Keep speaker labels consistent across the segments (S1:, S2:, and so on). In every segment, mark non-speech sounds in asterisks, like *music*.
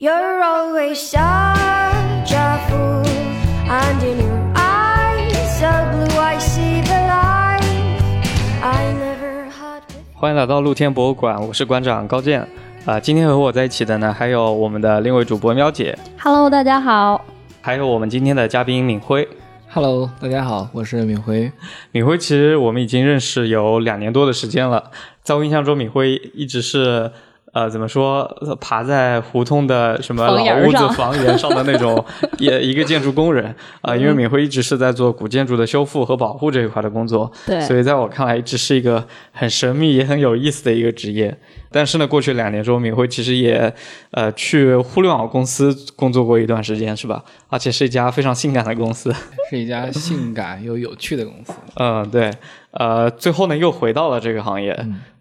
S1: You're always such a fool, and in your eyes so blue, I see the light I never had.
S2: 欢迎来到露天博物馆，我是馆长高健。啊、今天和我在一起的呢，还有我们的另一位主播喵姐，
S3: Hello，大家好。
S2: 还有我们今天的嘉宾敏辉。
S4: Hello，大家好，我是敏辉。
S2: 敏辉其实我们已经认识有两年多的时间了，在我印象中，敏辉一直是呃怎么说，呃爬在胡同的什么
S3: 房
S2: 老
S3: 檐
S2: 屋子
S3: 上
S2: 房檐上的那
S3: *laughs*
S2: 种也一个建筑工人啊、因为
S3: 嗯
S2: 敏辉一直是在做古建筑的修复和保护这一块的工作，
S3: 对
S2: 所以在我看来，一直是一个很神秘也很有意思的一个职业。但是呢，过去两年中，敏辉其实也呃去互联网公司工作过一段时间，是吧？而且是一家非常性感的公司。
S4: 是一家性感又有趣的公司。
S2: 嗯，对，呃，最后呢又回到了这个行业，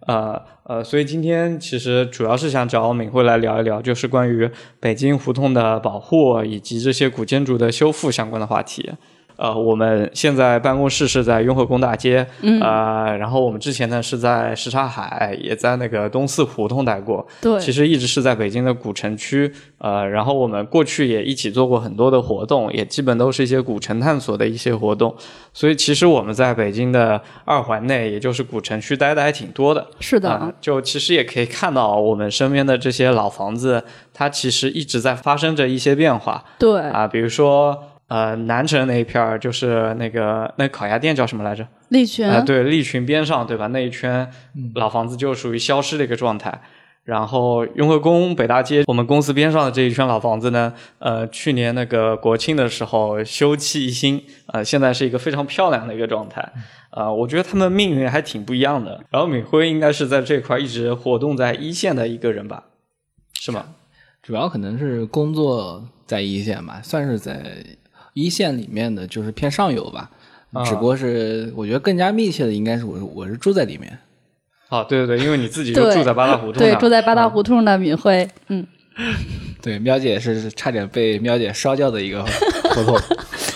S2: 呃呃，所以今天其实主要是想找敏慧来聊一聊，就是关于北京胡同的保护以及这些古建筑的修复相关的话题。呃，我们现在办公室是在雍和宫大街，嗯、呃，然后我们之前呢是在什刹海，也在那个东四胡同待过，
S3: 对
S2: 其实一直是在北京的古城区，呃，然后我们过去也一起做过很多的活动，也基本都是一些古城探索的一些活动，所以其实我们在北京的二环内，也就是古城区待的还挺多的。
S3: 是的，
S2: 啊就其实也可以看到我们身边的这些老房子，它其实一直在发生着一些变化
S3: 对，
S2: 啊，比如说。呃，南城那一片儿就是那个那烤鸭店叫什么来着？
S3: 利群、
S2: 啊、对，利群边上，对吧？那一圈老房子就属于消失的一个状态。然后雍和宫北大街，我们公司边上的这一圈老房子呢，呃，去年那个国庆的时候修葺一新，呃，现在是一个非常漂亮的一个状态。呃，我觉得他们命运还挺不一样的。然后敏辉应该是在这块一直活动在一线的一个人吧，是吗？
S4: 主要可能是工作在一线吧，算是在一线里面的，就是偏上游吧。只不过是我觉得更加密切的应该是我是我是住在里面，
S2: 啊，对对对，因为你自己就
S3: 对
S2: 住在八大胡啊同
S3: 对
S2: 那儿
S3: 住在八大胡同的敏
S4: 啊
S3: 慧，嗯，
S4: 对，喵姐是差点被喵姐烧掉的一个合同。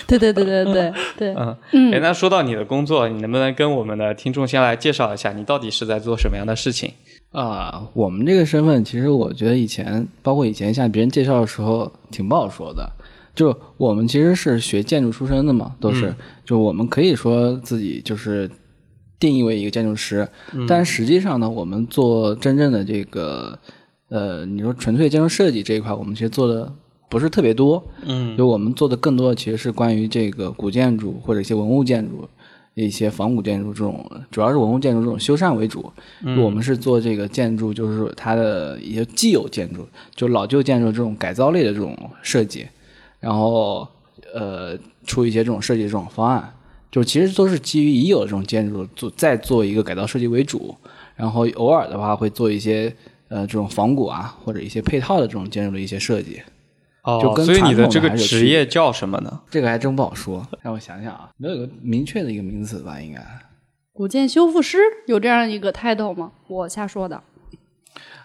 S3: 对对对
S4: *laughs*
S3: 对对对，
S4: 啊
S2: 嗯嗯，哎，那说到你的工作，你能不能跟我们的听众先来介绍一下，你到底是在做什么样的事情？
S4: 啊、我们这个身份，其实我觉得以前，包括以前向别人介绍的时候，挺不好说的。就我们其实是学建筑出身的嘛，都是，就我们可以说自己就是定义为一个建筑师，但实际上呢，我们做真正的这个，呃，你说纯粹建筑设计这一块，我们其实做的不是特别多，
S2: 嗯，
S4: 就我们做的更多的其实是关于这个古建筑或者一些文物建筑、一些仿古建筑这种，主要是文物建筑这种修缮为主。我们是做这个建筑，就是它的一些既有建筑，就老旧建筑这种改造类的这种设计，然后呃出一些这种设计这种方案，就其实都是基于已有的这种建筑做再做一个改造设计为主，然后偶尔的话会做一些。呃，这种仿古啊，或者一些配套的这种建筑的一些设计，
S2: 哦，
S4: 就跟
S2: 所以你
S4: 传统的
S2: 这个
S4: 还是有
S2: 职
S4: 区别
S2: 业叫什么呢？
S4: 这个还真不好说。让我想想啊，没有一个明确的一个名词吧，应该
S3: 古建修复师有这样一个 title 吗？我瞎说的。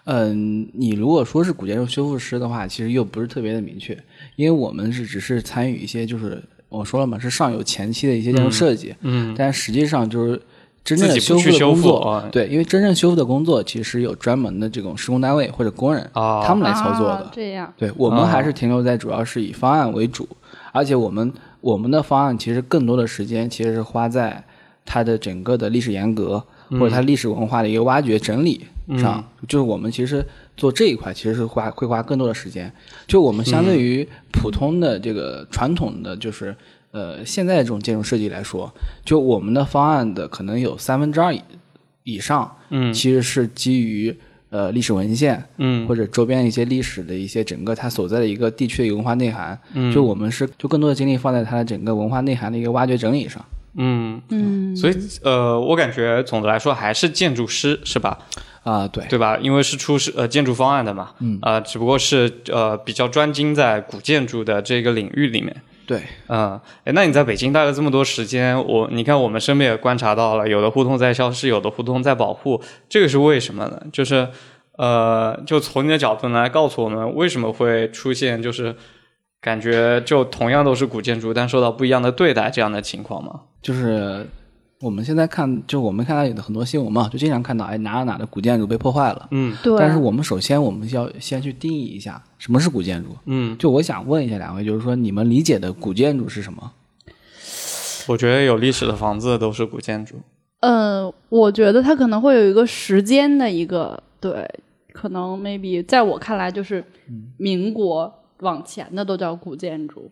S4: 嗯，你如果说是古建筑修复师的话，其实又不是特别的明确，因为我们是只是参与一些，就是我说了嘛，是上游前期的一些建筑设计，
S2: 嗯，
S4: 但实际上就是真正
S2: 自
S4: 的
S2: 己不
S4: 修
S2: 去
S4: 复的
S2: 修
S4: 工
S2: 复
S4: 作，
S2: 啊
S4: 对，因为真正修复的工作其实有专门的这种施工单位或者工人，
S2: 哦
S4: 他们来操作的。
S3: 啊、这样，
S4: 对我们还是停留在主要是以方案为主，而且我们我们的方案其实更多的时间其实是花在它的整个的历史沿革、或者它历史文化的一个挖掘整理上，就是我们其实做这一块其实是花会花更多的时间，就我们相对于普通的这个传统的就是。呃，现在这种建筑设计来说，就我们的方案的可能有三分之二以以上，嗯，其实是基于呃历史文献，
S2: 嗯，
S4: 或者周边一些历史的一些整个它所在的一个地区的一个文化内涵，嗯，就我们是就更多的精力放在它的整个文化内涵的一个挖掘整理上。
S2: 嗯，
S3: 嗯，
S2: 所以呃，我感觉总的来说还是建筑师是吧？
S4: 啊、对，
S2: 对吧？因为是出是呃建筑方案的嘛，嗯，呃，只不过是呃比较专精在古建筑的这个领域里面。
S4: 对，
S2: 嗯，哎，那你在北京待了这么多时间，我你看我们身边也观察到了，有的胡同在消失，有的胡同在保护，这个是为什么呢？就是呃，就从你的角度来告诉我们，为什么会出现就是感觉就同样都是古建筑，但受到不一样的对待这样的情况吗？
S4: 就是我们现在看，就我们看到有的很多新闻嘛，就经常看到，哎，哪哪哪的古建筑被破坏了。
S2: 嗯
S3: 对，
S4: 但是我们首先我们要先去定义一下什么是古建筑。
S2: 嗯，
S4: 就我想问一下两位，就是说你们理解的古建筑是什么？
S2: 我觉得有历史的房子都是古建筑。
S3: 嗯，我觉得它可能会有一个时间的一个对，可能 maybe 在我看来就是
S4: 嗯
S3: 民国往前的都叫古建筑。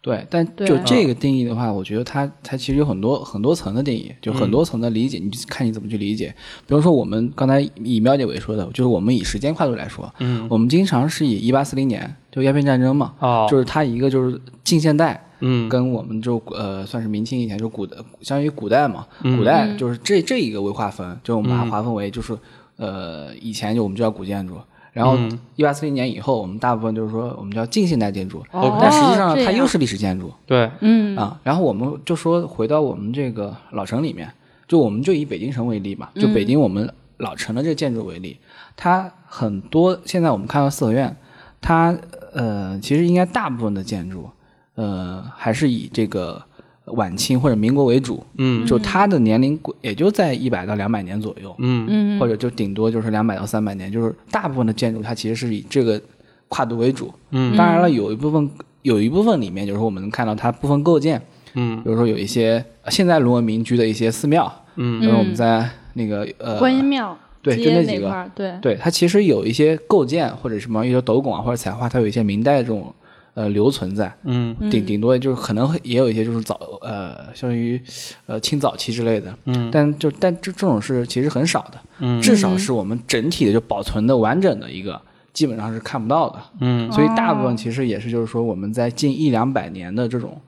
S4: 对，但
S3: 对
S4: 就这个定义的话，我觉得它它其实有很多很多层的定义，就很
S2: 嗯
S4: 多层的理解，你看你怎么去理解。比如说我们刚才以苗姐伟说的，就是我们以时间跨度来说，
S2: 嗯，
S4: 我们经常是以一八四零年就鸦片战争嘛，
S2: 哦
S4: 就是它一个就是近现代，
S2: 嗯
S4: 跟我们就呃算是明清以前就古的，相当于古代嘛，古代
S3: 嗯
S4: 就是这这一个为划分，就我们把它划分为就是呃以前就我们就叫古建筑，然后一八四零年以后，我们大部分就是说我们叫近现代建筑，
S2: OK
S4: 但实际上
S3: 哦这
S4: 它
S3: 样
S4: 又是历史建筑
S2: 对，
S3: 嗯
S4: 啊。然后我们就说回到我们这个老城里面，就我们就以北京城为例嘛，
S3: 嗯
S4: 就北京我们老城的这个建筑为例，它很多现在我们看到四合院，它呃其实应该大部分的建筑呃还是以这个晚清或者民国为主，
S2: 嗯
S4: 就它的年龄也就在一百到两百年左右，
S2: 嗯
S3: 嗯
S4: 或者就顶多就是两百到三百年，就是大部分的建筑它其实是以这个跨度为主。
S2: 嗯，
S4: 当然了，有一部分有一部分里面，就是我们能看到它部分构建，
S2: 嗯
S4: 比如说有一些呃现在沦为民居的一些寺庙，
S2: 嗯
S4: 比如我们在那个呃
S3: 观音庙
S4: 对就
S3: 街
S4: 那
S3: 那
S4: 几个
S3: 块儿，对，
S4: 对它其实有一些构建或者什么一些斗拱啊或者彩画，它有一些明代这种呃留存在。
S2: 嗯
S4: 顶顶多就是可能也有一些就是早呃，相当于呃清早期之类的，
S2: 嗯，
S4: 但就但这这种是其实很少的，
S2: 嗯
S4: 至少是我们整体的就保存的完整的一个，基本上是看不到的，
S2: 嗯
S4: 所以大部分其实也是就是说我们在近一两百年的这种，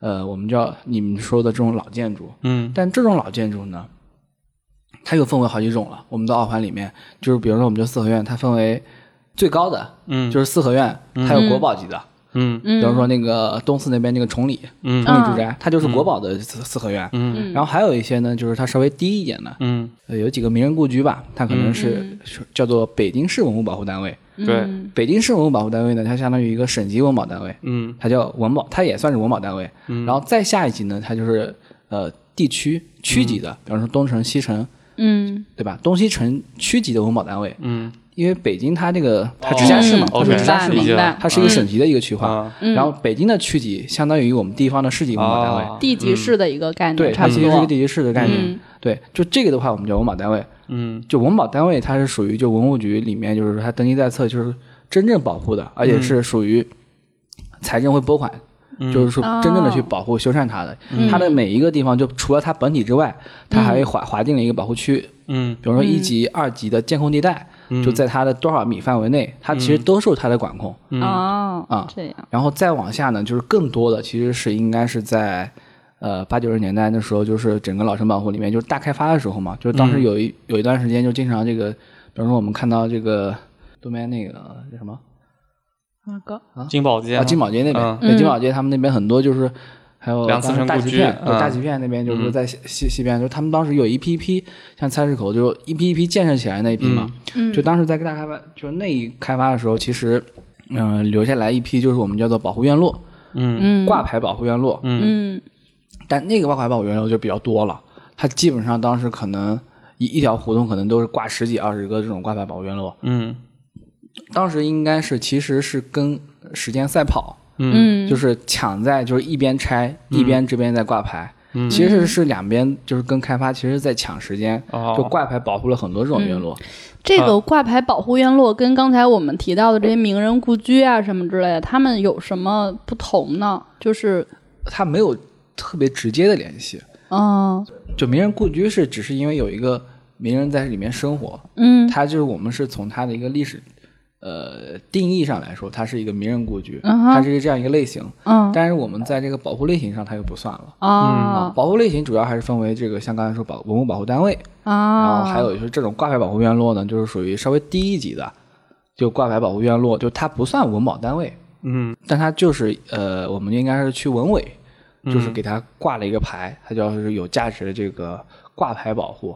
S4: 呃，我们叫你们说的这种老建筑，
S2: 嗯
S4: 但这种老建筑呢，它又分为好几种了。我们的奥环里面，就是比如说我们就四合院，它分为最高的，
S2: 嗯
S4: 就是四合院，它有国宝级的。
S2: 嗯
S4: 比如说那个东四那边那个崇礼
S2: 嗯
S4: 崇礼住宅，它就是国宝的四四合院。
S2: 嗯
S4: 然后还有一些呢，就是它稍微低一点的，
S2: 嗯，
S4: 呃有几个名人故居吧，它可能是是叫做北京市文物保护单位。
S3: 嗯
S2: 对，
S4: 北京市文物保护单位呢，它相当于一个省级文保单位，
S2: 嗯
S4: 它叫文保，它也算是文保单位。然后再下一级呢，它就是呃地区区级
S2: 嗯
S4: 的，比方说东城、西城，
S3: 嗯
S4: 对吧？东西城区级的文保单位，
S2: 嗯
S4: 因为北京它这个它直辖市嘛，
S2: 哦
S4: 它是
S2: OK，
S4: 直辖市嘛
S2: 理解，了
S4: 它是一个省级的一个区划。
S2: 啊
S3: 嗯
S4: 然后北京的区级相当于我们地方的市级文保单位，
S2: 啊
S3: 地级市的一个概
S4: 嗯对，
S3: 念，
S4: 它
S3: 哦差不
S4: 其实是一个地
S3: 多。
S4: 级市的概念。
S3: 嗯
S4: 对，就这个的话，我们叫文保单位。
S2: 嗯
S4: 就文保单位，它是属于就文物局里面，就是它登记在册，就是真正保护的，而且
S3: 嗯
S4: 是属于财政会拨款，就是说
S3: 哦
S4: 真正的去保护、修缮它的。
S3: 嗯
S4: 它的每一个地方，就除了它本体之外，它还划划定了一个保护区，
S2: 嗯
S4: 比如说一级、二级的监控地带，
S3: 嗯
S4: 就在它的多少米范围内，它其实都受它的管控。
S3: 哦
S4: 啊
S3: 这样，
S4: 然后再往下呢，就是更多的其实是应该是在呃八九十年代那时候，就是整个老城保护里面就是大开发的时候嘛，就是当时有
S2: 嗯
S4: 一、有一段时间就经常这个，比方说我们看到这个东边那个叫什么
S3: 哪个？
S2: 金宝街
S4: 啊金宝街那边，
S2: 嗯
S4: 对金宝街他们那边很多就是。还有
S2: 梁思
S4: 当时
S2: 成
S4: 大
S2: 故
S4: 集
S2: 居
S4: 片，对
S2: 嗯
S4: 大集片那边就是说在西西西边，就是他们当时有一批一批像菜市口，就一批一批建设起来那一批嘛，
S2: 嗯
S4: 就当时在大开发，就是那一开发的时候，其实嗯、呃留下来一批就是我们叫做保护院落，
S2: 嗯
S3: 嗯
S4: 挂牌保护院落，
S3: 嗯
S4: 但那个挂牌保护院落就比较多了，它基本上当时可能一一条胡同可能都是挂十几二十个这种挂牌保护院落，
S2: 嗯
S4: 当时应该是其实是跟时间赛跑，
S3: 嗯，
S4: 就是抢在就是一边拆一边这边在挂牌。其实是两边就是跟开发，其实在抢时间，
S2: 哦
S4: 就挂牌保护了很多这种院落。
S3: 这个
S4: 啊
S3: 挂牌保护院落跟刚才我们提到的这些名人故居啊什么之类的，他们有什么不同呢？就是，
S4: 它没有特别直接的联系，
S3: 嗯
S4: 就名人故居是只是因为有一个名人在里面生活，
S3: 嗯
S4: 它就是我们是从它的一个历史，呃，定义上来说，它是一个名人故居，
S3: 嗯哼
S4: 它是一个这样一个类型。
S3: 嗯
S4: 但是我们在这个保护类型上，它又不算了。
S3: 啊
S4: 保护类型主要还是分为这个，像刚才说保文物保护单位，然后
S3: 啊，
S4: 还有就是这种挂牌保护院落呢，就是属于稍微低一级的，就挂牌保护院落，就它不算文保单位，
S2: 嗯
S4: 但它就是呃，我们应该是去文委，
S2: 嗯
S4: 就是给它挂了一个牌，它就是有价值的这个挂牌保护。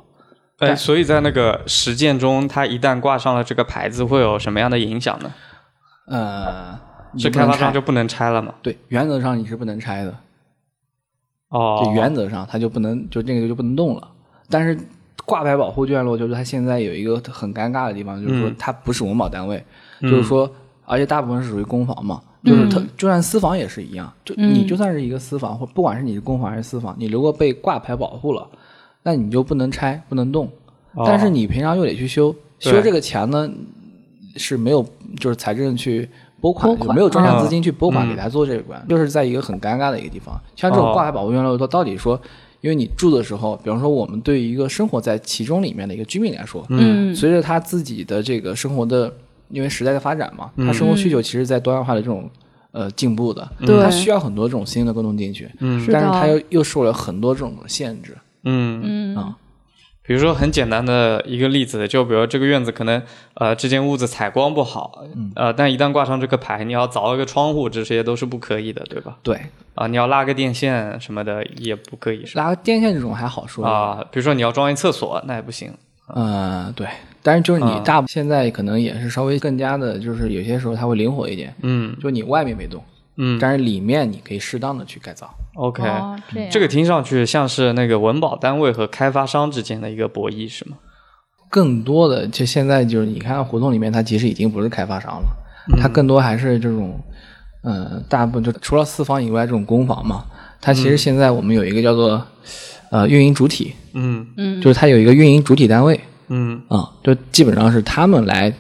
S2: 哎，所以在那个实践中，它一旦挂上了这个牌子，会有什么样的影响呢？
S4: 呃，
S2: 是
S4: 你不能
S2: 开发商
S4: 拆
S2: 就不能拆了吗？
S4: 对，原则上你是不能拆的。
S2: 哦，
S4: 这原则上它就不能就那个就不能动了。但是挂牌保护院落就是它现在有一个很尴尬的地方，就是说
S2: 嗯
S4: 它不是文保单位，就是说而且大部分是属于公房嘛，就是它就算私房也是一样，就你就算是一个私房或不管是你是公房还是私房，你如果被挂牌保护了，那你就不能拆不能动，
S2: 哦
S4: 但是你平常又得去修，
S2: 对
S4: 修这个钱呢是没有就是财政去拨款的，
S3: 拨款
S4: 就没有专项资金去拨
S2: 嗯
S4: 款给他做这一关，就是在一个很尴尬的一个地方。像这种
S2: 哦
S4: 挂牌保护院落，它到底说，因为你住的时候，比方说我们对于一个生活在其中里面的一个居民来说，
S3: 嗯
S4: 随着他自己的这个生活的，因为时代的发展嘛，他生活需求其实在多样化的这种呃进步的，
S3: 嗯对
S4: 他需要很多这种新的功能进去，
S2: 嗯
S3: 是
S4: 但是
S3: 的
S4: 他又又受了很多这种限制
S2: 嗯
S3: 嗯
S4: 啊。
S2: 比如说很简单的一个例子，就比如这个院子可能呃这间屋子采光不好，
S4: 嗯
S2: 呃，但一旦挂上这个牌，你要凿一个窗户，这些都是不可以的，对吧？
S4: 对，
S2: 啊、你要拉个电线什么的也不可以，是吧？
S4: 拉个电线这种还好说，
S2: 啊、比如说你要装一厕所，那也不行。
S4: 嗯，对，但是就是你
S2: 嗯
S4: 大、现在可能也是稍微更加的，就是有些时候它会灵活一点，
S2: 嗯
S4: 就你外面没动，
S2: 嗯
S4: 但是里面你可以适当的去改造。
S2: ，OK，、
S3: 哦，这样
S2: 这个听上去像是那个文保单位和开发商之间的一个博弈，是吗？
S4: 更多的，就现在就是你看活动里面，它其实已经不是开发商了，它更多还是这种，呃，大部分就除了私房以外，这种公房嘛，它其实现在我们有一个叫做，呃，运营主体，
S2: 嗯
S3: 嗯
S4: 就是它有一个运营主体单位，
S2: 嗯，
S4: 啊、就基本上是他们来，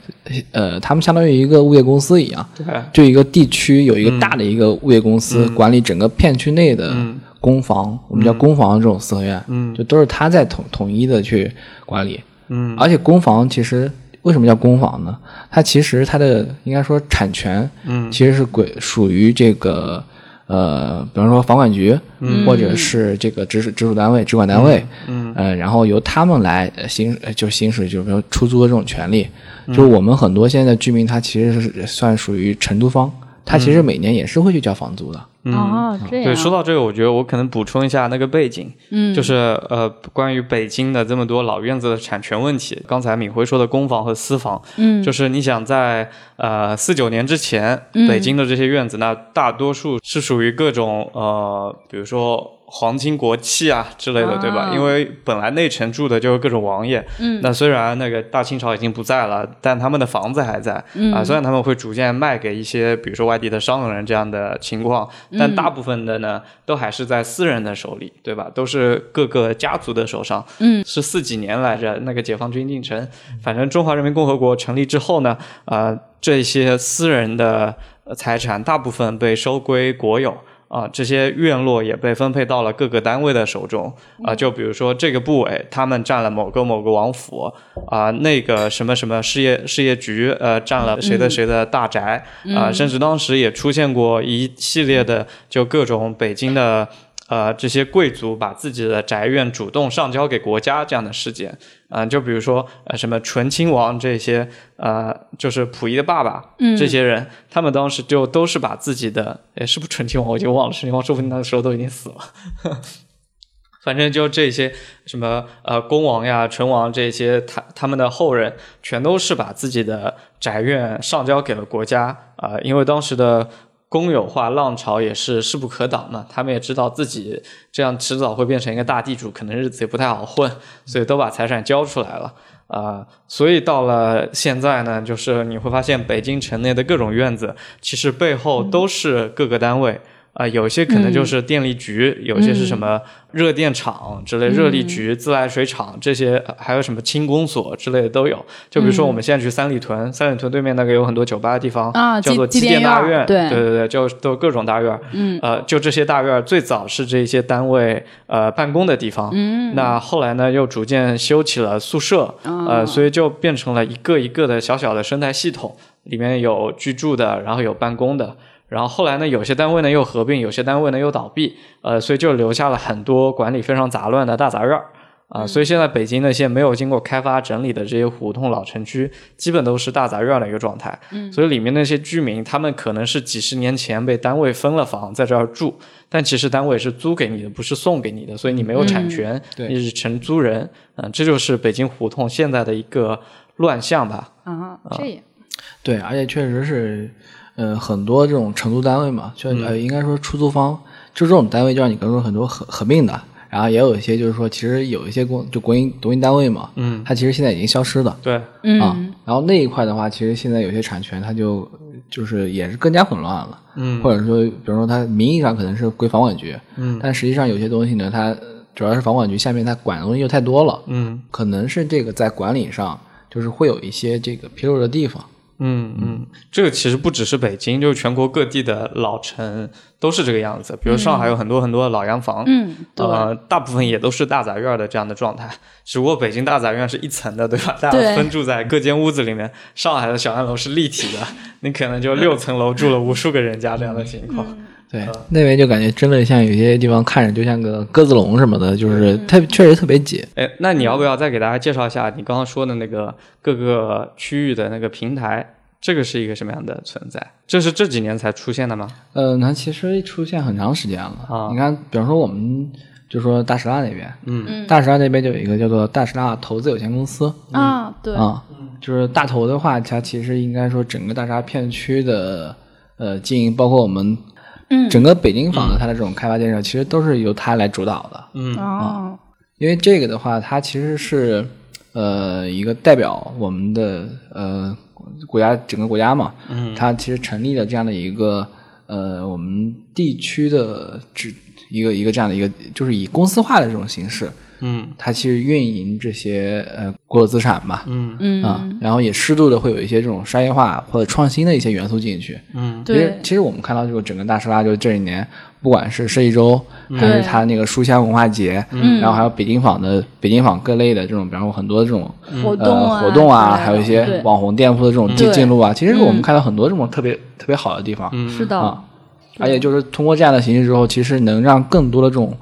S4: 呃，他们相当于一个物业公司一样，
S2: 对，
S4: 就一个地区有一个大的一个物业公司、
S2: 嗯
S4: 管理整个片区内的公房，我们叫公房这种四合院，
S2: 嗯
S4: 就都是他在统统一的去管理。
S2: 嗯
S4: 而且公房其实为什么叫公房呢？它其实它的应该说产权
S2: 嗯
S4: 其实是归属于这个呃，比方说房管局，或者是这个直属直属单位、直管单位，
S2: 嗯
S4: 呃，然后由他们来呃行呃就行使，就是说出租的这种权利。就是我们很多现在居民，他其实是算属于承租方，他其实每年也是会去交房租的。
S3: 哦，这样
S2: 对，说到这个，我觉得我可能补充一下那个背景，
S3: 嗯
S2: 就是呃，关于北京的这么多老院子的产权问题，刚才敏辉说的公房和私房，
S3: 嗯
S2: 就是你想在呃四九年之前，北京的这些院子，那大多数是属于各种呃，比如说皇亲国戚啊之类的，对吧
S3: 啊？
S2: 因为本来内城住的就是各种王爷，
S3: 嗯
S2: 那虽然那个大清朝已经不在了，但他们的房子还在啊、
S3: 嗯
S2: 虽然他们会逐渐卖给一些比如说外地的商人这样的情况，
S3: 嗯
S2: 但大部分的呢，都还是在私人的手里，对吧？都是各个家族的手上。
S3: 嗯，
S2: 是四几年来着？那个解放军进城，反正中华人民共和国成立之后呢，呃，这些私人的呃财产大部分被收归国有。啊，这些院落也被分配到了各个单位的手中啊，就比如说这个部委，他们占了某个某个王府啊，那个什么什么事业事业局，呃，占了谁的谁的大宅啊，甚至当时也出现过一系列的就各种北京的呃这些贵族把自己的宅院主动上交给国家这样的事件啊、就比如说呃什么醇亲王这些呃就是溥仪的爸爸，
S3: 嗯
S2: 这些人他们当时就都是把自己的诶是不是醇亲王我就忘了，醇亲王说不定那时候都已经死了。 *laughs* 反正就这些什么呃恭王呀、淳王这些，他他们的后人全都是把自己的宅院上交给了国家啊、呃因为当时的公有化浪潮也是势不可挡嘛，他们也知道自己这样迟早会变成一个大地主，可能日子也不太好混，所以都把财产交出来了。啊、所以到了现在呢，就是你会发现北京城内的各种院子，其实背后都是各个单位啊、有些可能就是电力局，有些是什么热电厂之类、热力局、自来水厂这些，呃还有什么轻工所之类的都有。就比如说我们现在去三里屯，三里屯对面那个有很多酒吧的地方，
S3: 啊
S2: 叫做
S3: 祭
S2: 祭奠
S3: 祭奠
S2: 大
S3: 院
S2: 院，
S3: 对
S2: 对对对，就都各种大院，嗯，呃，就这些大院最早是这些单位呃办公的地方，嗯，那后来呢又逐渐修起了宿舍，
S3: 啊
S2: 呃，所以就变成了一个一个的小小的生态系统，里面有居住的，然后有办公的。然后后来呢，有些单位呢又合并，有些单位呢又倒闭，呃，所以就留下了很多管理非常杂乱的大杂院儿啊、所以现在北京那些没有经过开发整理的这些胡同老城区，基本都是大杂院儿的一个状态。所以里面那些居民，他们可能是几十年前被单位分了房在这儿住，但其实单位是租给你的，不是送给你的，所以你没有产权，
S4: 对
S2: 你是承租人。嗯、这就是北京胡同现在的一个乱象吧。
S3: 啊，这样
S4: 对，而且确实是，呃，很多这种承租单位嘛，就呃，应该说出租方，就这种单位就让你跟说很多合合并的，然后也有一些就是说，其实有一些公就国营国营单位嘛，
S2: 嗯，
S4: 它其实现在已经消失了。
S2: 对，
S3: 嗯，
S4: 啊，然后那一块的话，其实现在有些产权它就就是也是更加混乱了，
S2: 嗯
S4: 或者说，比如说它名义上可能是归房管局，
S2: 嗯
S4: 但实际上有些东西呢，它主要是房管局下面它管的东西又太多了，
S2: 嗯
S4: 可能是这个在管理上就是会有一些这个纰漏的地方，
S2: 嗯嗯，这个其实不只是北京，就是全国各地的老城都是这个样子。比如上海有很多很多的老洋房，
S3: 嗯对
S4: 啊
S2: 呃，大部分也都是大杂院的这样的状态。只不过北京大杂院是一层的，对吧？大家
S3: 对
S2: 分住在各间屋子里面。上海的小洋楼是立体的，你可能就六层楼住了无数个人家这样的情况。
S4: 对，
S2: 嗯
S4: 那边就感觉真的像有些地方看着就像个鸽子笼什么的，就是特别确实特别挤，
S2: 哎，那你要不要再给大家介绍一下你刚刚说的那个各个区域的那个平台？这个是一个什么样的存在？这是这几年才出现的吗？
S4: 嗯，它其实出现很长时间了。
S2: 啊
S4: 你看，比方说我们就说大石蜡那边，
S3: 嗯
S4: 大石蜡那边就有一个叫做大石蜡投资有限公司
S3: 啊，对，
S4: 啊、就是大投的话，它其实应该说整个大沙片区的呃经营，包括我们
S3: 嗯
S4: 整个北京坊的它的这种开发建设，其实都是由它来主导的。啊
S3: 哦，
S4: 因为这个的话，它其实是呃一个代表我们的呃国家整个国家嘛，嗯，它其实成立了这样的一个呃我们地区的这一个一个这样的一个，就是以公司化的这种形式，
S2: 嗯
S4: 它其实运营这些呃国有资产嘛，
S2: 嗯
S3: 嗯
S4: 啊、然后也适度的会有一些这种商业化或者创新的一些元素进去，
S2: 嗯
S4: 其实
S3: 对，
S4: 其实我们看到，就是整个大石蜡，就是这几年，不管是设计周，还
S3: 对
S4: 是它那个书香文化节，
S3: 嗯
S4: 然后还有北京坊的北京坊各类的这种，比方说很多这种
S3: 活动
S4: 呃
S3: 啊，
S4: 活动啊，
S3: 之类的
S4: 还有一些
S3: 对
S4: 网红店铺的这种进
S3: 对嗯
S4: 进入啊，其实我们看到很多这种特别特别好的地方
S2: 嗯
S3: 是的
S4: 啊，，而且就是通过这样的形式之后，其实能让更多的这种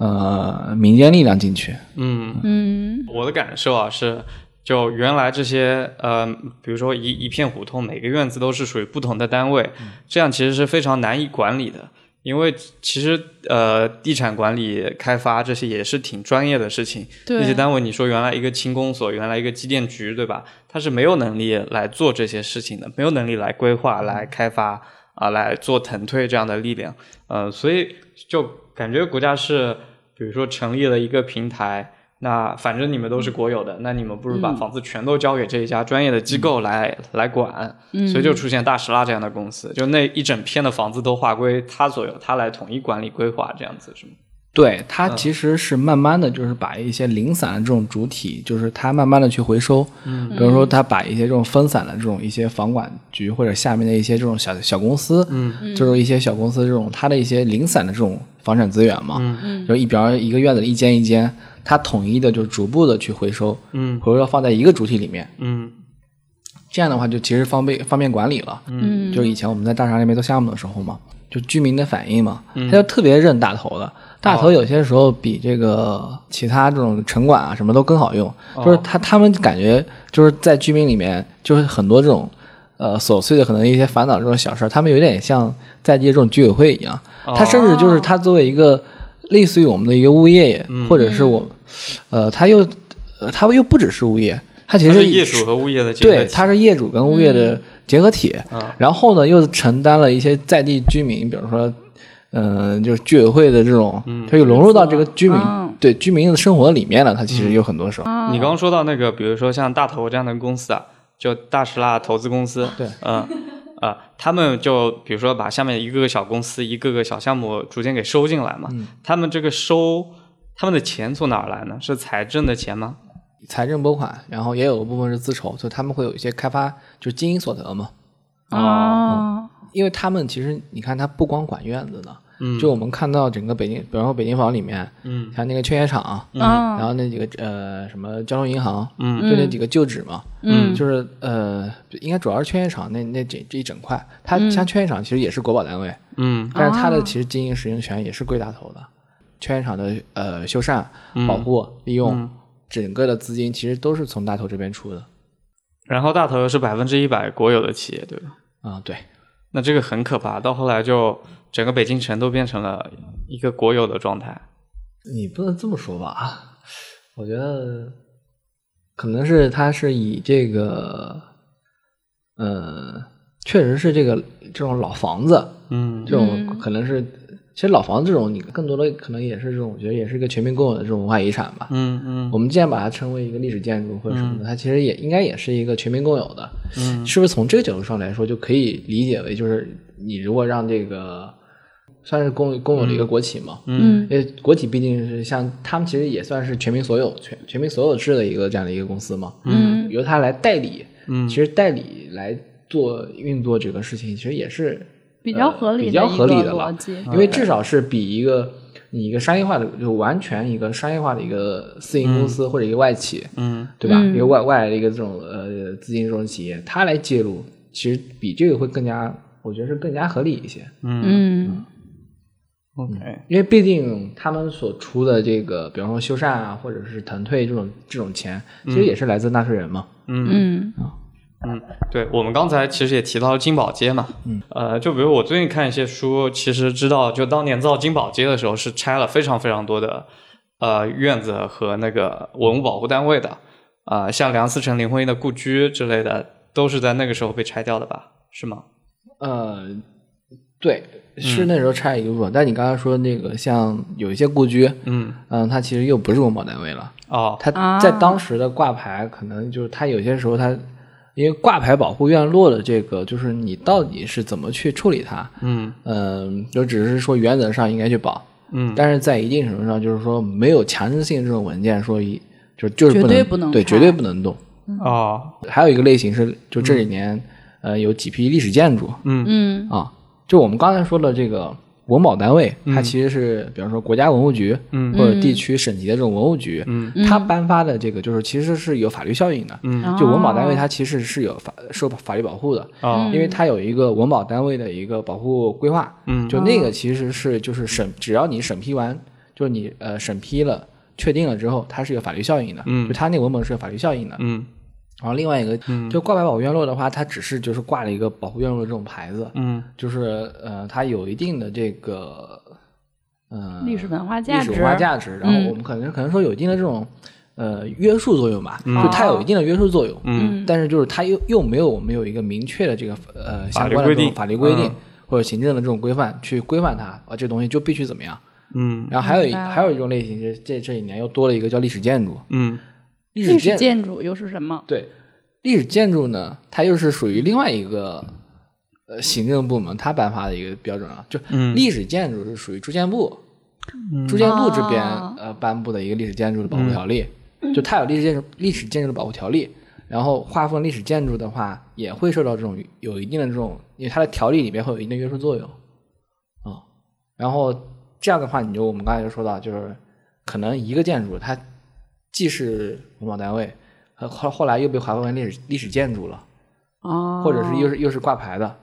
S4: 呃民间力量进去，
S2: 嗯，
S3: 嗯，
S2: 我的感受啊是，就原来这些呃，比如说一一片胡同，每个院子都是属于不同的单位，这样其实是非常难以管理的。因为其实呃，地产管理、开发这些也是挺专业的事情。
S3: 对
S2: 那些单位，你说原来一个轻工所，原来一个机电局，对吧？它是没有能力来做这些事情的，没有能力来规划、来开发啊、来做腾退这样的力量。呃，所以就感觉国家是，比如说成立了一个平台，那反正你们都是国有的，那你们不如把房子全都交给这一家专业的机构来、来管，
S3: 嗯
S2: 所以就出现大石蜡这样的公司，就那一整片的房子都划归他所有，他来统一管理规划，这样子是吗？
S4: 对，它其实是慢慢的就是把一些零散的这种主体，就是它慢慢的去回收。嗯，比如说它把一些这种分散的这种一些房管局或者下面的一些这种小小公司，嗯，就是一些小公司这种它的一些零散的这种房产资源嘛，嗯，就一比方说一个院子里一间一间，它统一的就逐步的去回收，
S2: 嗯
S4: 回收放在一个主体里面，
S2: 嗯
S4: 这样的话就其实方便方便管理了。
S3: 嗯，
S4: 就以前我们在大厦那边做项目的时候嘛，就居民的反应嘛，他就特别认大头的。大头有些时候比这个其他这种城管啊什么都更好用，就是他他们感觉就是在居民里面，就是很多这种呃琐碎的可能一些烦恼这种小事儿，他们有点像在地的这种居委会一样。他甚至就是他作为一个类似于我们的一个物业，或者是我，呃，他又呃他又不只是物业，他其
S2: 它
S4: 实
S2: 是业主和物业的结合
S4: 对，
S2: 体嗯啊
S4: 它是业主跟物业的结合体，然后呢又承担了一些在地居民，比如说，嗯、就是居委会的这种，
S2: 嗯
S4: 它又融入到这个居民、
S3: 嗯
S4: 对居民的生活里面了。它其实有很多时候，
S2: 你刚刚说到那个，比如说像大头这样的公司啊，就大石蜡投资公司，
S4: 对 *laughs*
S2: 嗯、呃，他们就比如说把下面一个个小公司、一个个小项目逐渐给收进来嘛，
S4: 嗯
S2: 他们这个收他们的钱从哪儿来呢？是财政的钱吗？
S4: 财政拨款，然后也有部分是自筹，就他们会有一些开发，就是经营所得嘛。
S3: 啊，
S4: 因为他们其实你看，他不光管院子的，就我们看到整个北京，比方说北京房里面，
S2: 嗯，
S4: 像那个劝业场，
S3: 啊，
S4: 嗯然后那几个呃什么交通银行，
S2: 嗯
S4: 就那几个旧址嘛，
S3: 嗯
S4: 就是呃应该主要是劝业场那那这这一整块，它像劝业场其实也是国保单位，
S2: 嗯
S4: 但是它的其实经营使用权也是归大头的，劝业场的呃修缮、保护、利用，整个的资金其实都是从大头这边出的
S2: 然后大头是百分之一百国有的企业，对吧？
S4: 啊，对。
S2: 那这个很可怕，到后来就整个北京城都变成了一个国有的状态。
S4: 你不能这么说吧？ *laughs* 我觉得可能是他是以这个，呃，确实是这个这种老房子，
S2: 嗯
S4: 这种
S3: 嗯
S4: 可能是，其实老房子这种，你更多的可能也是这种，我觉得也是一个全民共有的这种文化遗产吧。
S2: 嗯嗯
S4: 我们既然把它称为一个历史建筑或者什么的，它其实也应该也是一个全民共有的。
S2: 嗯，
S4: 是不是从这个角度上来说，就可以理解为就是你如果让这个算是共共有的一个国企嘛？
S3: 嗯
S4: 因为国企毕竟是像他们其实也算是全民所有、全全民所有制的一个这样的一个公司嘛，
S3: 嗯
S4: 由它来代理，
S2: 嗯
S4: 其实代理来做运作这个事情，其实也是
S3: 比较合理的
S4: 呃比较合理的
S3: 一个
S4: 了
S3: 逻辑，
S4: 因为至少是比一个你一个商业化的，就完全一个商业化的一个私营公司或者一个外企，
S2: 嗯
S4: 对吧？
S3: 嗯
S4: 一个外外来的一个这种呃资金这种企业，它来介入，其实比这个会更加，我觉得是更加合理一些，
S2: 嗯
S3: 嗯
S2: ，OK，
S4: 因为毕竟他们所出的这个，比方说修缮啊，或者是腾退这种这种钱，其实也是来自纳税人嘛。
S2: 嗯
S3: 嗯
S2: 嗯，对，我们刚才其实也提到了金宝街嘛，
S4: 嗯，
S2: 呃，就比如我最近看一些书，其实知道，就当年造金宝街的时候是拆了非常非常多的呃院子和那个文物保护单位的，啊、像梁思成、林徽因的故居之类的，都是在那个时候被拆掉的吧？是吗？
S4: 呃，对，是那时候差一个部分，但你刚刚说那个像有一些故居，
S2: 嗯，
S4: 嗯，它其实又不是文保单位了。
S2: 哦，
S4: 它
S3: 啊
S4: 在当时的挂牌，可能就是它有些时候它，因为挂牌保护院落的这个，就是你到底是怎么去处理它，
S2: 嗯
S4: 嗯，就只是说原则上应该去保，
S2: 嗯
S4: 但是在一定程度上，就是说没有强制性这种文件说一就就是
S3: 绝
S4: 不
S3: 对
S4: 能
S3: 不能
S4: 对
S3: 拆
S4: 绝对不能动。
S2: 哦，
S4: 还有一个类型是，就这几年、呃有几批历史建筑
S3: 嗯
S4: 啊，就我们刚才说的这个文保单位，它其实是比方说国家文物局，
S2: 嗯
S4: 或者地区省级的这种文物局，
S2: 嗯
S4: 它颁发的这个就是其实是有法律效应的，
S2: 嗯
S4: 就文保单位它其实是有法受法律保护的，
S2: 哦，
S4: 因为它有一个文保单位的一个保护规划，
S2: 嗯
S4: 就那个其实是就是审，只要你审批完，就是你呃审批了。确定了之后，它是有法律效应的，
S2: 嗯
S4: 就它那个文本是有法律效应的。
S2: 嗯
S4: 然后另外一个，就挂牌保护院落的话，它只是就是挂了一个保护院落的这种牌子，
S2: 嗯
S4: 就是呃，它有一定的这个呃
S3: 历史文化价
S4: 历
S3: 值嗯
S4: 史文化价值，然后我们可能可能说有一定的这种呃约束作用吧，就它有一定的约束作用，
S2: 嗯
S4: 但是就是它又又没有我们有一个明确的这个呃
S2: 法
S4: 相
S2: 律
S4: 关
S2: 规
S4: 的这种
S2: 定
S4: 法律规定
S2: 嗯
S4: 或者行政的这种规范去规范它啊，这东西就必须怎么样。
S2: 嗯
S4: 然后还有一
S3: 明白了
S4: 还有一种类型，就是这这几年又多了一个叫历史建筑，
S2: 嗯
S4: 历
S3: 历史
S4: 建
S3: 建筑又是什么？
S4: 对，历史建筑呢，它又是属于另外一个呃行政部门它颁发的一个标准啊，就
S2: 嗯
S4: 历史建筑是属于住建部，住建部这边、
S3: 啊
S4: 呃颁布的一个历史建筑的保护条例，就它有历史建筑历史建筑的保护条例。然后划分历史建筑的话，也会受到这种有一定的这种，因为它的条例里面会有一定的约束作用，啊、嗯然后这样的话，你就我们刚才就说到，就是可能一个建筑它既是文保单位，呃后后来又被划分为历史历史建筑了，
S3: 哦，
S4: 或者是又是又是挂牌的，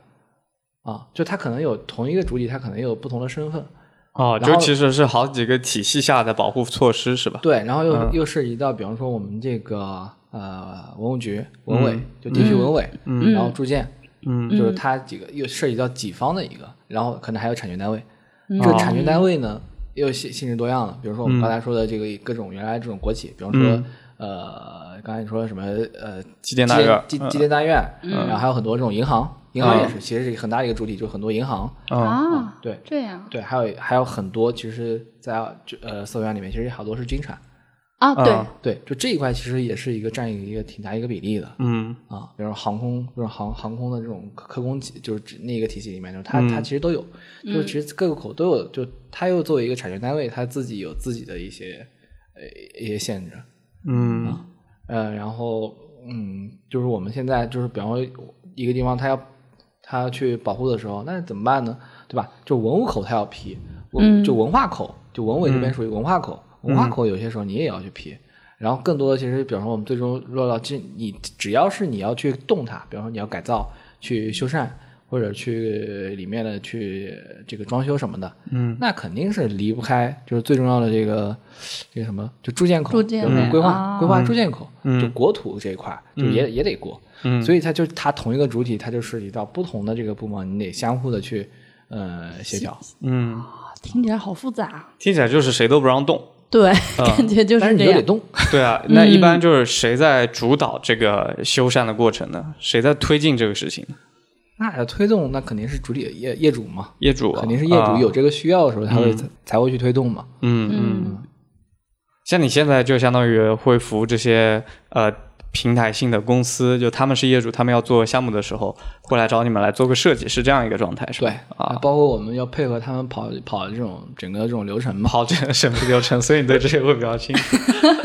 S4: 啊，就它可能有同一个主体，它可能有不同的身份，
S2: 哦，
S4: 然
S2: 就
S4: 后
S2: 其实是好几个体系下的保护措施是吧？
S4: 对，然后又、
S2: 嗯
S4: 又涉及到，比方说我们这个呃文物局、文委，
S2: 嗯
S4: 就地区文委，
S3: 嗯
S4: 然后住建，
S2: 嗯
S4: 就是它几个又涉及到己方的一个，然后可能还有产权单位，
S3: 嗯
S2: 哦
S4: 这个产权单位呢又性性质多样了，比如说我们刚才说的这个各种原来这种国企，比方说、
S2: 嗯
S4: 呃刚才你说什么呃
S2: 机电大院
S4: 机
S2: 嗯
S4: 机电大院，然后还有很多这种银行，银行也是、其实是一个很大的一个主体，就是很多银行，
S2: 嗯
S3: 啊，
S4: 对
S3: 这样
S4: 对，还有还有很多其实在就呃四合院里面其实好多是军产。
S3: 啊，对，
S2: 啊
S4: 对，就这一块其实也是一个占一个挺大一个比例的
S2: 嗯
S4: 啊，比如说航空，就是航航空的这种科科工体，就是指那个体系里面，就是它、它其实都有，就是其实各个口都有，就它又作为一个产权单位，它自己有自己的一些呃一些限制，
S2: 嗯
S4: 呃，然后嗯，就是我们现在就是比方说一个地方它要它要去保护的时候，那怎么办呢？对吧？就文物口它要批，文、
S3: 嗯
S4: 就文化口，就文委这边属于文化口，文化口有些时候你也要去批。然后更多的其实，比方说我们最终落到这，你只要是你要去动它，比方说你要改造、去修缮或者去里面的去这个装修什么的，
S2: 嗯，
S4: 那肯定是离不开就是最重要的这个这个什么，就住建口，
S3: 住建
S4: 就是
S3: 类
S4: 规划、
S3: 啊
S4: 规划住建口，
S2: 嗯
S4: 就国土这一块儿就也、也得过，
S2: 嗯
S4: 所以它就它同一个主体，它就涉及到不同的这个部门，你得相互的去呃协调。
S2: 嗯，
S3: 听起来好复杂，
S2: 听起来就是谁都不让动。
S3: 对，感觉就
S4: 啊但是你
S3: 这
S4: 又得
S3: 样。
S4: 动，
S2: 对啊，那一般就是谁在主导这个修缮的过程呢？谁在推进这个事情呢？
S4: *laughs* 那要推动，那肯定是主体业业主嘛，
S2: 业主啊
S4: 肯定是业主
S2: 啊
S4: 有这个需要的时候，他会才才会去推动嘛。
S2: 嗯嗯，
S3: 嗯
S2: 像你现在就相当于会服务这些呃平台性的公司，就他们是业主，他们要做项目的时候，会来找你们来做个设计，是这样一个状态，是吧？
S4: 对
S2: 啊，
S4: 包括我们要配合他们跑跑这种整个这种流程嘛。
S2: 跑这个审批流程，所以你对这些会比较清楚。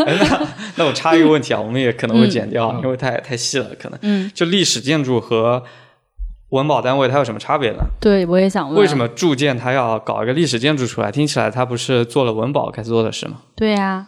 S2: 哎那那我插一个问题啊，我们也可能会剪掉，因为太太细了，可能。
S3: 嗯，
S2: 就历史建筑和文保单位它有什么差别呢？
S3: 对，我也想问，
S2: 为什？么住建它要搞一个历史建筑出来？听起来它不是做了文保该做的事吗？
S3: 对呀、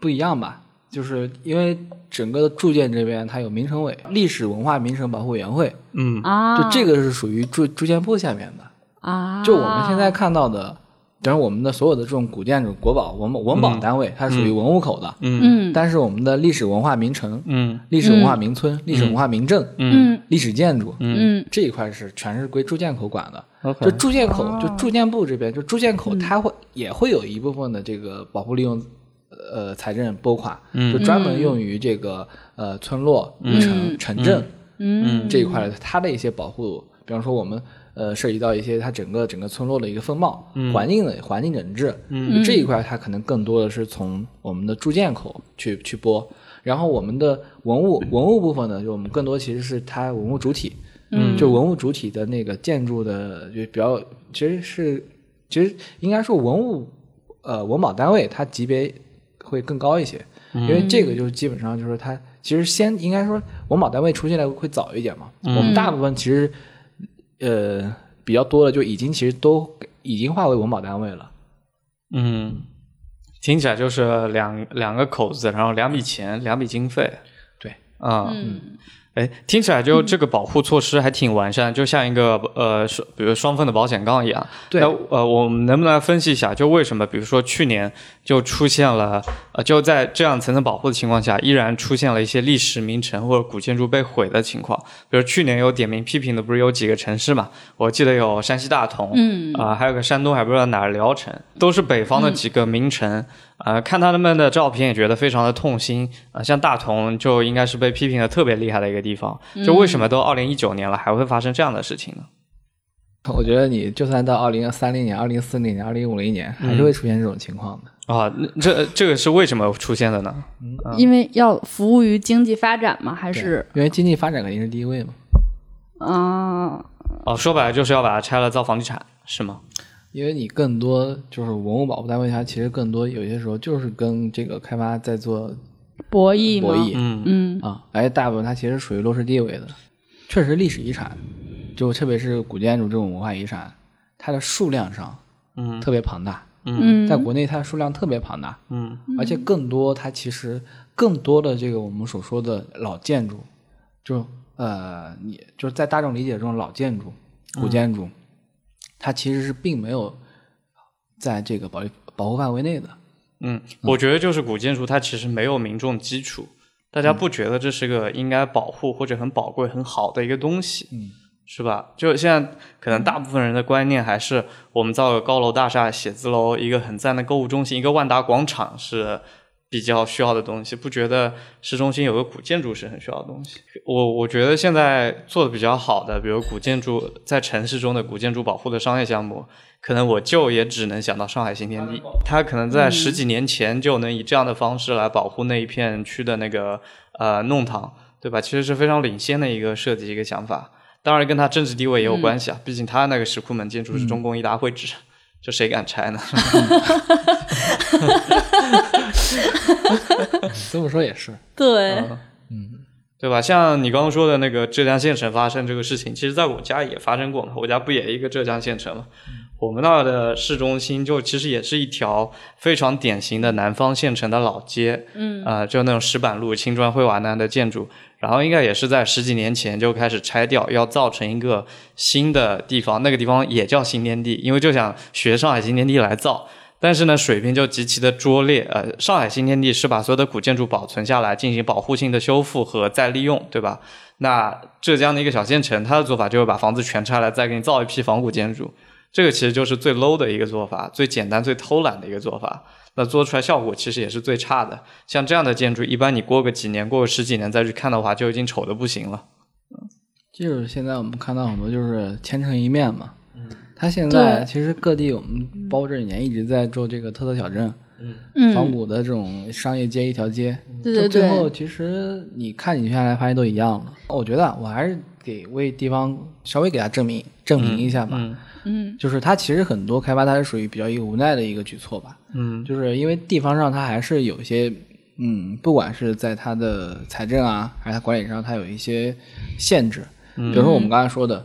S4: 不一样吧？就是因为整个住建这边它有民城委、历史文化名城保护委员会，
S2: 嗯
S3: 啊，
S4: 就这个是属于住住建部下面的。
S3: 啊，
S4: 就我们现
S2: 哦
S4: 在看到的，当然我们的所有的这种古建筑、国保、文保文保
S2: 嗯
S4: 单位，它属于文物口的。
S2: 嗯
S3: 嗯，
S4: 但是我们的历史文化名城、
S2: 嗯
S4: 历史文化名村、历史文化名镇、
S2: 嗯
S3: 嗯
S4: 历史建筑
S3: 嗯
S4: 这一块是全是归住建口管的。
S2: ，OK，
S4: 就住建口，
S2: 哦
S4: 就住建部这边，就住建
S2: 嗯
S4: 口，它会也会有一部分的这个保护利用，呃，财政拨款，
S2: 嗯
S4: 就专门用于这个呃村落、城、城镇
S3: 嗯
S4: 这一块的它的一些保护，比方说我们呃涉及到一些它整个整个村落的一个风貌、环境的环境整治，嗯，这一块它可能更多的是从我们的住建口去去拨，然后我们的文物文物部分呢，就我们更多其实是它文物主体，
S3: 嗯
S4: 就文物主体的那个建筑的就比较，其实是其实应该说文物呃文保单位它级别会更高一些，因为这个就是基本上就是它其实先应该说文保单位出现的会早一点嘛，我们大部分其实呃比较多的就已经其实都已经划为文保单位了，
S2: 嗯，听起来就是两两个口子，然后两笔钱，两笔经费
S4: 对，
S2: 啊。
S3: 嗯
S2: 哎，听起来就这个保护措施还挺完善，就像一个呃，双比如双缝的保险杠一样。
S4: 对
S2: 那呃，我们能不能来分析一下，就为什么比如说去年就出现了呃，就在这样层层保护的情况下，依然出现了一些历史名城或者古建筑被毁的情况？比如去年有点名批评的，不是有几个城市嘛？我记得有山西大同，
S3: 嗯
S2: 啊、还有个山东还不知道哪儿聊城，都是北方的几个名城。呃，看他们的照片也觉得非常的痛心啊、呃像大同就应该是被批评的特别厉害的一个地方，就为什么都二零一九年了还会发生这样的事情呢？
S4: *laughs* 我觉得你就算到二零三零年、二零四零年、二零五零年，还是会出现这种情况的。
S2: 啊，那这这个是为什么出现的呢？
S3: 因为要服务于经济发展嘛，还是
S4: 因为经济发展肯定是第一位嘛。
S3: 啊，
S2: 哦，说白了就是要把它拆了造房地产，是吗？
S4: 因为你更多就是文物保护单位，它其实更多有些时候就是跟这个开发在做
S3: 博弈嘛，
S4: 博弈
S2: 嗯
S3: 嗯
S4: 啊，而大部分它其实属于弱势地位的，确实历史遗产，就特别是古建筑这种文化遗产，它的数量上
S2: 嗯
S4: 特别庞大，
S3: 嗯，
S4: 在国内它的数量特别庞大，
S2: 嗯
S4: 而且更多它其实更多的这个我们所说的老建筑，就呃你就是在大众理解中老建筑、古建筑，它其实是并没有在这个保保护范围内的。
S2: 嗯，我觉得就是古建筑它其实没有民众基础，大家不觉得这是个应该保护或者很宝贵、很好的一个东西，
S4: 嗯
S2: 是吧？就现在可能大部分人的观念还是我们造个高楼大厦、写字楼，一个很赞的购物中心，一个万达广场是比较需要的东西，不觉得市中心有个古建筑是很需要的东西。我我觉得现在做的比较好的，比如古建筑在城市中的古建筑保护的商业项目，可能我就也只能想到上海新天地，它可能在十几年前就能以这样的方式来保护那一片区的那个呃弄堂，对吧？其实是非常领先的一个设计一个想法。当然，跟它政治地位也有关系啊，毕竟它那个石库门建筑是中共一大会址，这谁敢拆呢？
S4: 这么说也是，
S3: 对，
S2: 对吧？像你刚刚说的那个浙江县城发生这个事情，其实在我家也发生过嘛。我家不也一个浙江县城嘛？我们那儿的市中心就其实也是一条非常典型的南方县城的老街，嗯，啊，就那种石板路、青砖灰瓦那样的建筑，然后应该也是在十几年前就开始拆掉，要造成一个新的地方，那个地方也叫新天地，因为就想学上海新天地来造。但是呢，水平就极其的拙劣。呃，上海新天地是把所有的古建筑保存下来，进行保护性的修复和再利用，对吧？那浙江的一个小县城，它的做法就是把房子全拆了，再给你造一批仿古建筑。这个其实就是最 low 的一个做法，最简单、最偷懒的一个做法。那做出来效果其实也是最差的。像这样的建筑，一般你过个几年、过个十几年再去看的话，就已经丑的不行了。
S4: 就是现在我们看到很多就是千城一面嘛，
S2: 嗯
S4: 它现在
S3: 对
S4: 其实各地我们包这几年一直在做这个特色小镇，仿
S3: 嗯，
S4: 古的这种商业街一条街，
S2: 嗯
S3: 对
S4: 就
S3: 对
S4: 最后
S3: 对，
S4: 其实你看几圈下来发现都一样了。我觉得啊我还是给为地方稍微给它证明证明一下吧，
S2: 嗯
S3: 嗯
S4: 就是它其实很多开发它是属于比较一个无奈的一个举措吧，
S2: 嗯
S4: 就是因为地方上它还是有一些，嗯，不管是在它的财政啊，还是它管理上，它有一些限制。比如说我们刚才说的，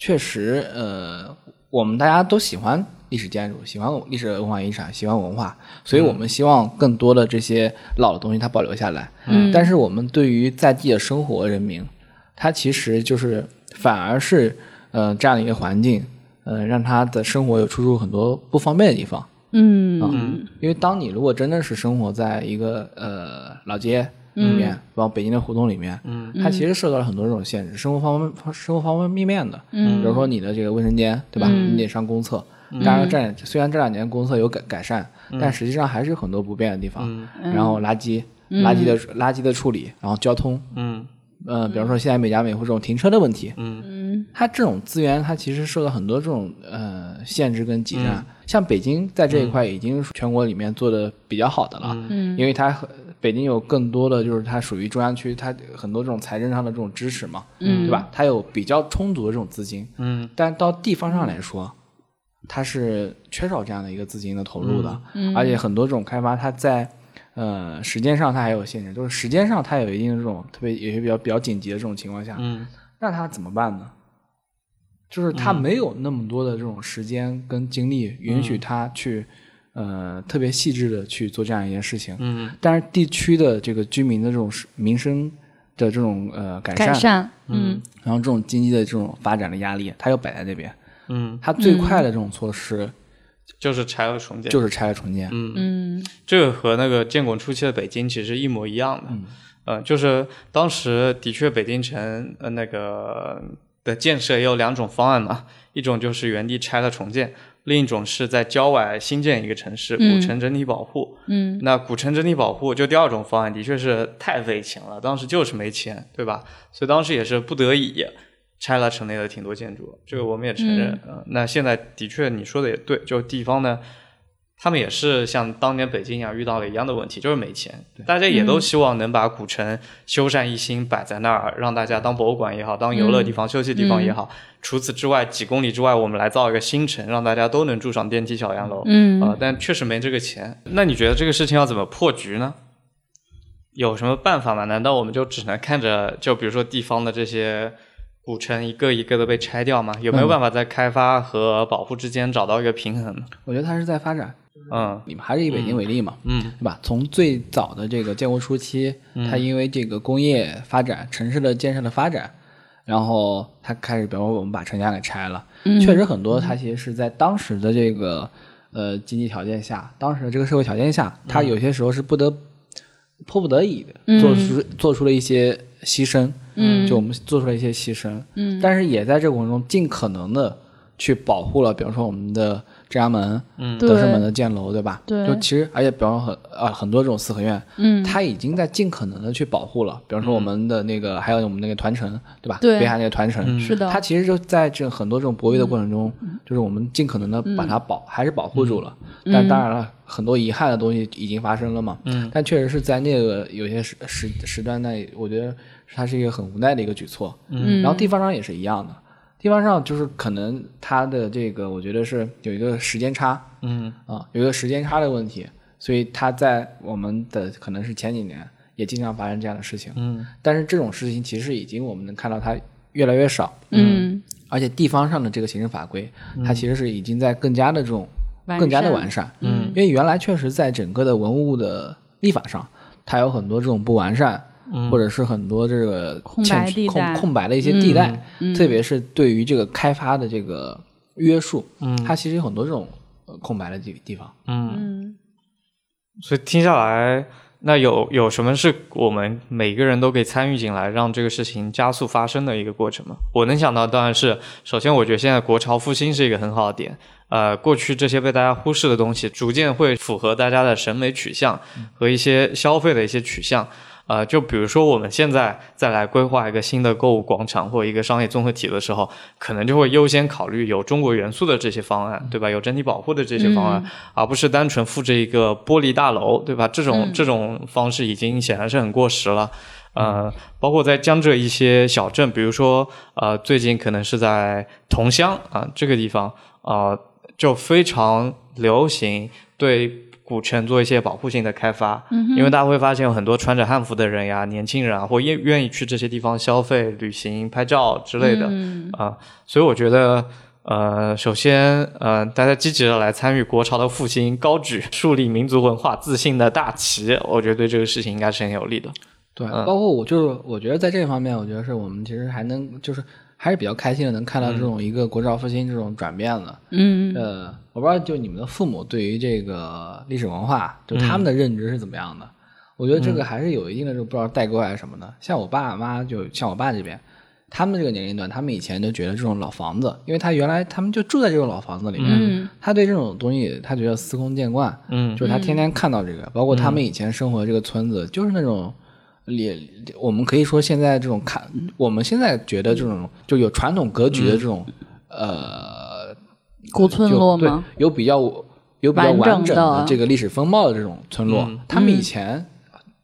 S4: 确实，呃，我们大家都喜欢历史建筑，喜欢历史文化遗产，喜欢文化，所以我们希望更多的这些老的东西它保留下来。
S3: 嗯
S4: 但是我们对于在地的生活人民，它其实就是反而是，呃，这样的一个环境，呃，让他的生活有处处很多不方便的地方。
S3: 嗯
S4: 啊因为当你如果真的是生活在一个呃老街里面，
S3: 嗯
S4: 包括北京的胡同里面，嗯，它其实受到了很多这种限制，生活方方生活方方面面的，
S3: 嗯
S4: 比如说你的这个卫生间，对吧？你得上公厕。当然这，虽然这两年公厕有改改善，
S3: 嗯
S4: 但实际上还是有很多不便的地方。然后垃圾、
S3: 嗯
S4: 垃圾的垃圾的处理，然后交通，
S2: 嗯
S4: 呃，比方说现在每家每户这种停车的问题，
S3: 嗯
S4: 它这种资源，它其实受到很多这种呃限制跟挤占。像北京在这一块已经是全国里面做的比较好的了，
S3: 嗯
S4: 因为它很北京有更多的就是它属于中央区，它很多这种财政上的这种支持嘛，
S3: 嗯
S4: 对吧？它有比较充足的这种资金，
S2: 嗯
S4: 但到地方上来说，它是缺少这样的一个资金的投入的，
S3: 嗯
S4: 而且很多这种开发，它在呃时间上它还有限制，就是时间上它有一定的这种特别有些比较比较紧急的这种情况下，
S2: 嗯
S4: 那他怎么办呢？就是他没有那么多的这种时间跟精力，允
S2: 嗯
S4: 许他去、呃特别细致的去做这样一件事情。
S2: 嗯
S4: 但是地区的这个居民的这种是民生的这种呃改善，
S3: 改善，嗯
S4: 然后这种经济的这种发展的压力，他又摆在那边。
S2: 嗯，
S4: 他最快的这种措施
S2: 就是拆了重建，
S4: 就是拆了重建。
S3: 嗯
S2: 这个和那个建国初期的北京其实一模一样的，嗯、呃，就是当时的确北京城呃那个的建设也有两种方案嘛，一种就是原地拆了重建，另一种是在郊外新建一个城市，古
S3: 嗯
S2: 城整体保护。
S3: 嗯
S2: 那古城整体保护就第二种方案，的确是太费钱了，当时就是没钱，对吧？所以当时也是不得已拆了城内的挺多建筑，这个我们也承认。
S3: 嗯
S2: 呃那现在的确你说的也对，就地方呢，他们也是像当年北京一样遇到了一样的问题，就是没钱。大家
S3: 嗯
S2: 也都希望能把古城修缮一新，摆在那儿，让大家当博物馆也好，当游乐地
S3: 嗯
S2: 方、休息地方也好。除此之外，几公里之外，我们来造一个新城，让大家都能住上电梯小洋楼。
S3: 嗯
S2: 啊，但确实没这个钱。那你觉得这个事情要怎么破局呢？有什么办法吗？难道我们就只能看着，就比如说地方的这些古城一个一个的被拆掉吗？有
S4: 嗯
S2: 没有办法在开发和保护之间找到一个平衡呢？
S4: 我觉得他是在发展。
S2: 嗯
S4: 你们还是以北京为例嘛，
S2: 嗯
S4: 对吧？从最早的这个建国初期，它因为这个工业发展、城市的建设的发展，然后它开始，比如说我们把城墙给拆了，
S3: 嗯
S4: 确实很多，它其实是在当时的这个呃经济条件下，当时的这个社会条件下，
S3: 嗯
S4: 它有些时候是不得迫不得已的做出做出了一些牺牲，嗯，就我们做出了一些牺牲，嗯，但是也在这个过程中尽可能的去保护了，比如说我们的正阳门，嗯德胜门的建楼，对吧？
S3: 对
S4: 就其实而且比方说很啊很多这种四合院，
S3: 嗯
S4: 它已经在尽可能的去保护了，比方说我们的那个，还有我们那个团城，对吧？
S3: 对
S4: 北海那个团城，
S3: 是的嗯
S4: 它其实就在这很多这种博弈的过程中，就是我们尽可能的把它保，还是保护住了。
S3: 嗯
S4: 但当然了，很多遗憾的东西已经发生了嘛。嗯，但确实是在那个有些时时时段内，我觉得它是一个很无奈的一个举措。
S3: 嗯
S4: 然后地方上也是一样的，地方上就是可能它的这个，我觉得是有一个时间差，
S2: 嗯
S4: 啊，有一个时间差的问题，所以它在我们的可能是前几年也经常发生这样的事情，
S2: 嗯
S4: 但是这种事情其实已经我们能看到它越来越少，
S3: 嗯
S4: 而且地方上的这个行政法规，它其实是已经在更加的这种
S3: 完
S4: 更加的
S3: 善
S4: 完善，
S3: 嗯
S4: 因为原来确实在整个的文物的立法上，它有很多这种不完善，
S2: 嗯
S4: 或者是很多这个
S3: 空
S4: 欠
S3: 白地
S4: 空
S3: 带嗯
S4: 空白的一些地带，特别是对于这个开发的这个约束，它其实有很多这种呃空白的地地方。
S2: 嗯。
S3: 嗯
S2: 所以听下来，那有有什么是我们每个人都可以参与进来，让这个事情加速发生的一个过程吗？我能想到当然是，首先我觉得现在国潮复兴是一个很好的点。呃，过去这些被大家忽视的东西，逐渐会符合大家的审美取向和一些消费的一些取向。呃，就比如说我们现在再来规划一个新的购物广场或一个商业综合体的时候，可能就会优先考虑有中国元素的这些方案，对吧？有整体保护的这些方案，而不是单纯复制一个玻璃大楼，对吧？这种这种方式已经显然是很过时了。呃，包括在江浙一些小镇，比如说呃，最近可能是在桐乡啊、这个地方啊、呃就非常流行对古城做一些保护性的开发。嗯，因为大家会发现有很多穿着汉服的人呀、年轻人啊，或愿愿意去这些地方消费、旅行、拍照之类的。
S3: 嗯
S2: 啊、所以我觉得，呃，首先，呃，大家积极的来参与国潮的复兴，高举树立民族文化自信的大旗，我觉得对这个事情应该是很有利的。
S4: 对，包括我就是我觉得在这方面，我觉得是我们其实还能就是还是比较开心的，能看到这种一个国潮复兴这种转变了。
S3: 嗯，
S4: 呃，我不知道就你们的父母对于这个历史文化，就他们的认知是怎么样的？我觉得这个还是有一定的，就不知道代沟还是什么的。像我爸妈就像我爸这边，他们这个年龄段，他们以前就觉得这种老房子，因为他原来他们就住在这种老房子里面，
S3: 嗯
S4: 他对这种东西他觉得司空见惯，
S2: 嗯
S4: 就是他天天看到这个，包括他们以前生活的这个村子，就是那种。也，我们可以说现在这种看，我们现在觉得这种就有传统格局的这种，呃，
S3: 古村
S4: 就
S3: 落
S4: 对
S3: 吗？
S4: 有比较有比较
S3: 完
S4: 完
S3: 整
S4: 整
S3: 的
S4: 的这个历史风貌的这种村落，他们以前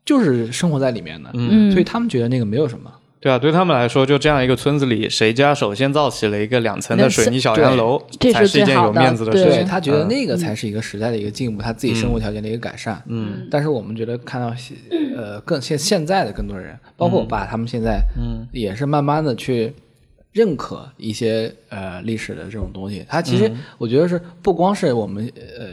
S4: 就是生活在里面的，
S3: 嗯
S4: 所以他们觉得那个没有什么。
S2: 对啊，对他们来说，就这样一个村子里，谁家首先造起了一个两层的水泥小洋楼，
S3: 对
S2: 才是一件有面子
S3: 对
S2: 事
S3: 这
S4: 对
S3: 是
S2: 情。嗯
S4: 他觉得那个才是一个时代的一个进步，他自己生活条件的一个改善。
S2: 嗯，
S4: 但是我们觉得看到现呃更现现在的更多人，包括我爸他们现在，嗯，也是慢慢的去认可一些呃历史的这种东西。他其
S2: 嗯
S4: 实我觉得是不光是我们呃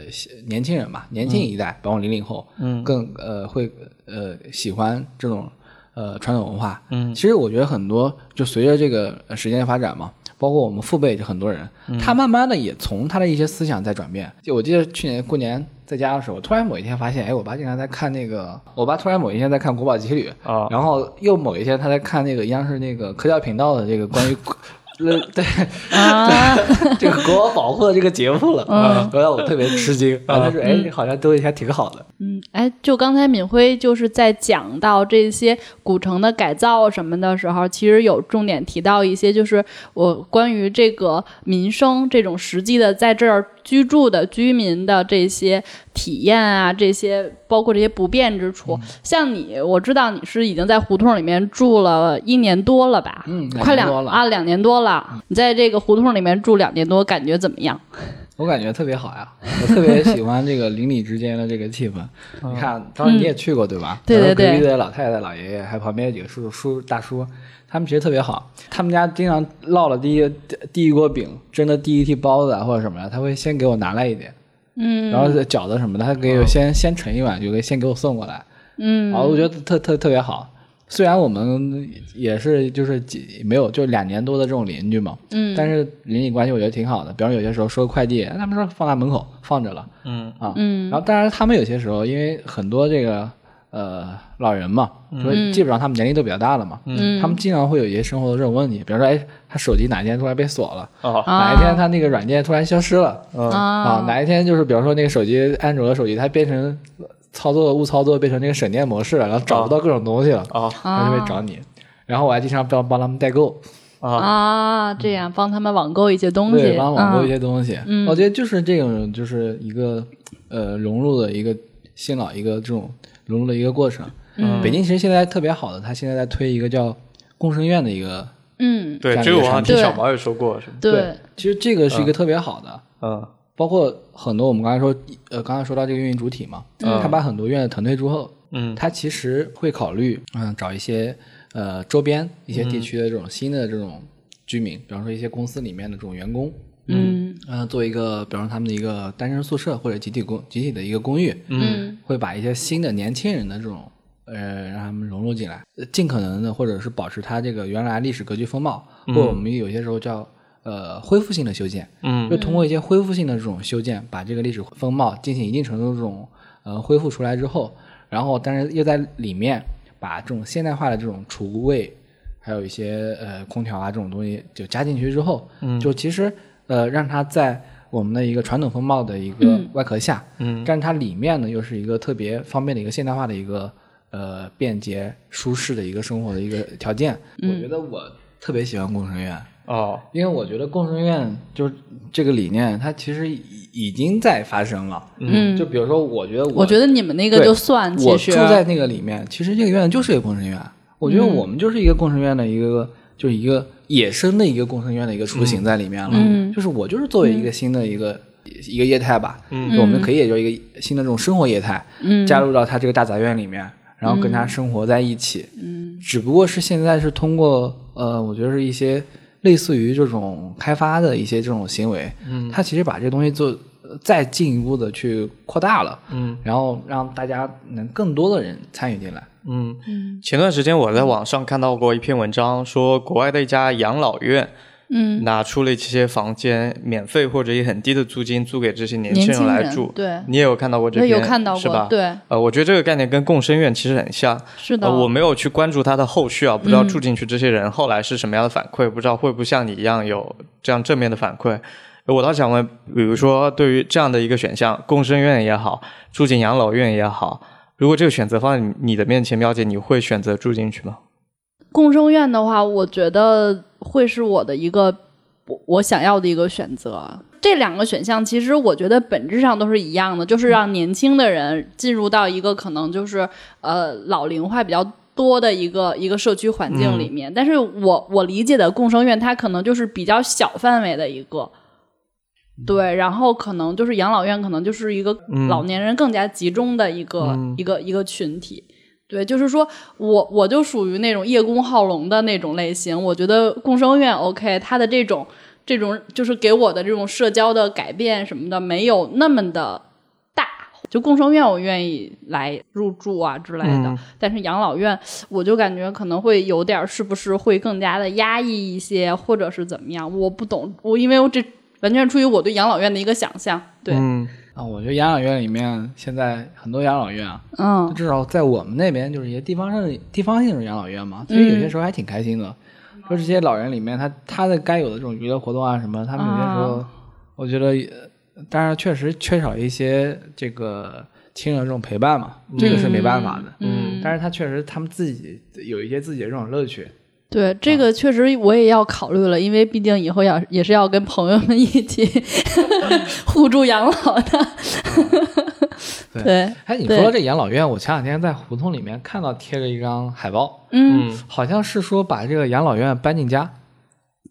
S4: 年轻人吧，
S2: 嗯
S4: 年轻一代，包括零零后，嗯，更呃会呃喜欢这种呃传统文化。嗯，其实我觉得很多就随着这个呃时间的发展嘛，包括我们父辈就很多人，他慢慢的也从他的一些思想在转变。就我记得去年过年在家的时候，突然某一天发现，哎，我爸经常在看那个，我爸突然某一天在看《国宝奇旅》
S2: 啊
S4: 然后又某一天他在看那个央视那个科教频道的这个关于。呃，对，
S3: 啊，
S4: 这个国宝保护的这个节目了，后来我特别吃惊，然后他说：“哎，这好像东西还挺好的。”
S3: 嗯，哎，就刚才敏辉就是在讲到这些古城的改造什么的时候，其实有重点提到一些，就是我关于这个民生这种实际的在这儿居住的居民的这些体验啊，这些包括这些不便之处。
S4: 嗯
S3: 像你，我知道你是已经在胡同里面住了一年多了吧？
S4: 嗯
S3: 快
S4: 两年
S3: 两
S4: 多了嗯
S3: 啊，两年多了。你在这个胡同里面住两年多，感觉怎么样？
S4: 我感觉特别好呀，我特别喜欢这个邻里之间的这个
S3: *laughs*
S4: 气氛。你看，当然你也去过对吧？
S3: 嗯对对对
S4: 然后隔壁的老太太、老爷爷，还有旁边几个叔叔、叔大叔，他们其实特别好。他们家经常烙了第一第一锅饼，蒸的第一屉包子啊或者什么的，他会先给我拿来一点，
S3: 嗯
S4: 然后饺子什么的，他给我先、先盛一碗，就给先给我送过来。
S3: 嗯
S4: 然后啊我觉得特特特别好。虽然我们也是就是几没有就两年多的这种邻居嘛，
S3: 嗯，
S4: 但是邻里关系我觉得挺好的。比方有些时候收快递，他们说放在门口放着了
S2: 嗯
S4: 啊，
S3: 嗯
S4: 然后当然他们有些时候因为很多这个呃老人嘛，所以基本上他们年龄都比较大了嘛，
S3: 嗯
S4: 他们经常会有一些生活的这种问题，比方说哎他手机哪天突然被锁了，
S2: 哦，
S3: 啊
S4: 哪一天他那个软件突然消失了，嗯
S3: 啊
S4: 啊，哪一天就是比方说那个手机安卓的手机，它变成操作误操作变成那个省电模式了，然后找不到各种东西了，
S2: 哦，
S4: 他就会找你。
S3: 哦
S4: 然后我还经常帮帮他们代购，
S2: 哦，
S3: 啊，这样帮他们网购一些东西，
S4: 对，帮网购一
S3: 嗯
S4: 些东西。我觉得就是这种，就是一个呃融入的一个新老一个这种融入的一个过程。
S3: 嗯
S4: 北京其实现在特别好的，它现在在推一个叫共生院的一个，
S3: 嗯，
S2: 对，
S4: 感
S2: 这
S4: 觉
S2: 个我好像听
S3: 上
S2: 小毛也说过，是吗？
S3: 对，
S4: 其实这个是一个特别好的。
S2: 嗯
S4: 包括很多我们刚才说，呃，刚才说到这个运营主体嘛，他把很多院腾退之后，
S2: 嗯
S4: 他其实会考虑，嗯，找一些呃周边一些地区的这种新的这种居民，比方说一些公司里面的这种员工，
S3: 嗯
S4: 嗯、做一个，比方说他们的一个单身宿舍或者集体公集体的一个公寓，
S3: 嗯
S4: 会把一些新的年轻人的这种。呃，让他们融入进来，呃尽可能的，或者是保持它这个原来历史格局风貌，或者我们有些时候叫呃恢复性的修建，
S2: 嗯
S4: 就通过一些恢复性的这种修建，把这个历史风貌进行一定程度的这种呃恢复出来之后，然后但是又在里面把这种现代化的这种储物柜，还有一些呃空调啊这种东西就加进去之后，嗯，就其实呃让它在我们的一个传统风貌的一个外壳下，嗯，但是它里面呢又是一个特别方便的一个现代化的一个呃便捷舒适的一个生活的一个条件。我觉得我特别喜欢工程院，
S2: 哦，
S4: 因为我觉得工程院就是这个理念，它其实已已经在发生了。
S3: 嗯
S4: 就比如说，我觉得我
S3: 我觉得你们那个
S4: 对
S3: 就算，
S4: 我
S3: 其
S4: 住
S3: 实啊
S4: 在那个里面，其实这个院子就是一个共生院。我觉得
S3: 嗯
S4: 我们就是一个共生院的一个，就是一个野生的一个共生院的一个雏形在里面了。
S3: 嗯
S4: 就是我就是作为一个新的一个、一个业态吧，
S2: 嗯
S4: 就我们可以也就一个新的这种生活业态，
S3: 嗯
S4: 加入到它这个大杂院里面，然后跟它生活在一起。
S3: 嗯
S4: 只不过是现在是通过呃，我觉得是一些类似于这种开发的一些这种行为，
S2: 嗯
S4: 它其实把这东西做呃再进一步的去扩大了。
S2: 嗯
S4: 然后让大家能更多的人参与进来。
S2: 嗯。
S3: 嗯
S2: 前段时间我在网上看到过一篇文章，说国外的一家养老院
S3: 嗯，
S2: 拿出了这些房间，免费或者以很低的租金租给这些年
S3: 年
S2: 轻
S3: 轻
S2: 人来
S3: 人
S2: 住。
S3: 对，
S2: 你也有看到过这
S3: 我
S2: 篇，
S3: 有看到
S2: 是吧
S3: 过，？对，
S2: 呃，我觉得这个概念跟共生院其实很像。
S3: 是的，
S2: 呃，我没有去关注它的后续啊，不知道
S3: 嗯
S2: 住进去这些人后来是什么样的反馈，不知道会不会像你一样有这样正面的反馈。呃我倒想问，比如说对于这样的一个选项，共生院也好，住进养老院也好，如果这个选择放在你你的面前，喵姐，你会选择住进去吗？
S3: 共生院的话，我觉得会是我的一个我我想要的一个选择。这两个选项其实我觉得本质上都是一样的，就是让年轻的人进入到一个可能就是呃老龄化比较多的一个一个社区环境里面。但是我我理解的共生院，它可能就是比较小范围的一个。对，然后可能就是养老院，可能就是一个老年人更加集中的一个、一个一个群体。对，就是说我我就属于那种叶公好龙的那种类型。我觉得共生院 OK，它的这种这种就是给我的这种社交的改变什么的没有那么的大。就共生院我愿意来入住啊之类的，
S2: 嗯
S3: 但是养老院我就感觉可能会有点儿是不是会更加的压抑一些，或者是怎么样？我不懂，我因为我这完全出于我对养老院的一个想象。对，
S2: 嗯
S4: 啊，我觉得养老院里面现在很多养老院啊，
S3: 嗯
S4: 至少在我们那边就是一些地方上的地方性的养老院嘛，所以
S3: 嗯
S4: 有些时候还挺开心的。说这些老人里面，他他的该有的这种娱乐活动啊什么，他们有些时候，我觉得也，当然确实缺少一些这个亲人的这种陪伴嘛，这个是没办法的。
S3: 嗯，
S4: 但是他确实他们自己有一些自己的这种乐趣。
S3: 对，这个确实我也要考虑了，因为毕竟以后要也是要跟朋友们一起 *laughs* 互助养老的。
S4: 对
S3: 对，
S4: 哎，你
S3: 对
S4: 说到这养老院，我前两天在胡同里面看到贴着一张海报，
S3: 嗯，
S2: 嗯
S4: 好像是说把这个养老院搬进家，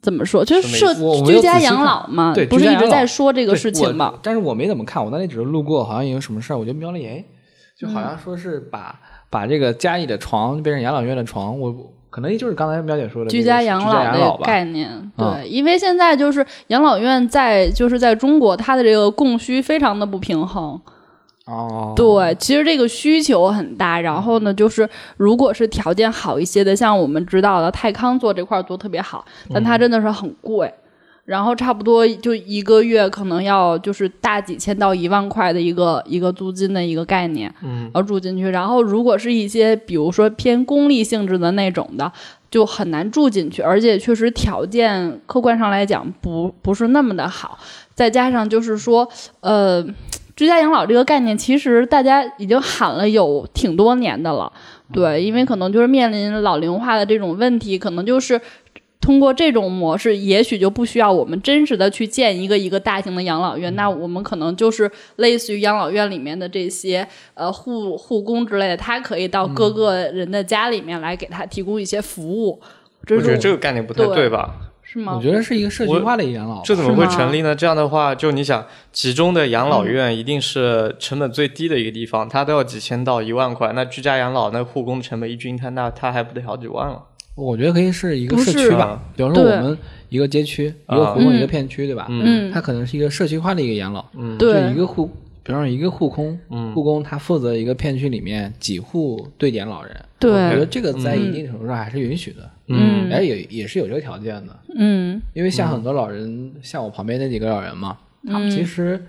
S3: 怎么说？就是
S2: 什么
S3: 社
S4: 意思我我没有
S3: 居家
S4: 仔细
S3: 养
S4: 看
S3: 老嘛，
S4: 对
S3: 不
S4: 居
S3: 是
S4: 家
S3: 一
S4: 养
S3: 直在
S4: 老
S3: 说这
S4: 这
S3: 个事情嘛？
S4: 但是我没怎么看，我当时只是路过，好像有什么事儿，我就瞄了眼，哎就好
S3: 嗯
S4: 像说是把、把这个家里的床变成养老院的床，我可能就是刚才喵姐说的
S3: 居
S4: 这个
S3: 家
S4: 居
S3: 养
S4: 家养
S3: 的
S4: 吧。
S3: 概念，
S4: 啊
S3: 对，因为现在就是养老院在就是在中国，它的这个供需非常的不平衡，
S4: 哦，
S3: 对，其实这个需求很大。然后呢，就是如果是条件好一些的，像我们知道的泰康做这块儿做特别好，但
S4: 嗯
S3: 它真的是很贵。然后差不多就一个月可能要就是大几千到一万块的一个一个租金的一个概念，
S2: 嗯，
S3: 要住进去。然后如果是一些比如说偏公立性质的那种的，就很难住进去，而且确实条件客观上来讲不不是那么的好，再加上就是说，呃，居家养老这个概念，其实大家已经喊了有挺多年的了，
S4: 嗯
S3: 对，因为可能就是面临老龄化的这种问题，可能就是。通过这种模式，也许就不需要我们真实的去建一个一个大型的养老
S4: 嗯
S3: 院，那我们可能就是类似于养老院里面的这些呃护护工之类的，他可以到
S4: 嗯
S3: 各个人的家里面来给他提供一些服务。这
S2: 我觉得
S3: 是
S2: 这个概念不太
S3: 对
S2: 对吧？
S3: 是吗？
S4: 嗯我觉得是一个社区化的一个养老吧。
S2: 这怎么会
S3: 是吗嗯
S2: 成立呢？这样的话，就你想，集中的养老院一定是成本最低的一个地方，它都要几千到一万块。那居家养老那护工成本一均摊，那它还不得好几万了？
S4: 我觉得可以是一个
S3: 不
S4: 社
S3: 是
S4: 区吧，比方说
S3: 对
S4: 我们一个街区、一
S2: 啊
S4: 个胡同、
S3: 嗯
S4: 一个片区，对吧？
S3: 嗯
S4: 它可能是一个社区化的一个养老，
S2: 嗯
S3: 对
S4: 就一个护，比方说一个护工，
S2: 嗯
S4: 护工他负责一个片区里面几户对点老人，
S3: 对
S4: 我觉得这个在
S3: 嗯
S4: 一定程度上还是允许的，
S3: 嗯
S4: 哎、也也是有这个条件的，
S3: 嗯嗯
S4: 因为像很多老人，像我旁边那几个老人嘛，他们其实。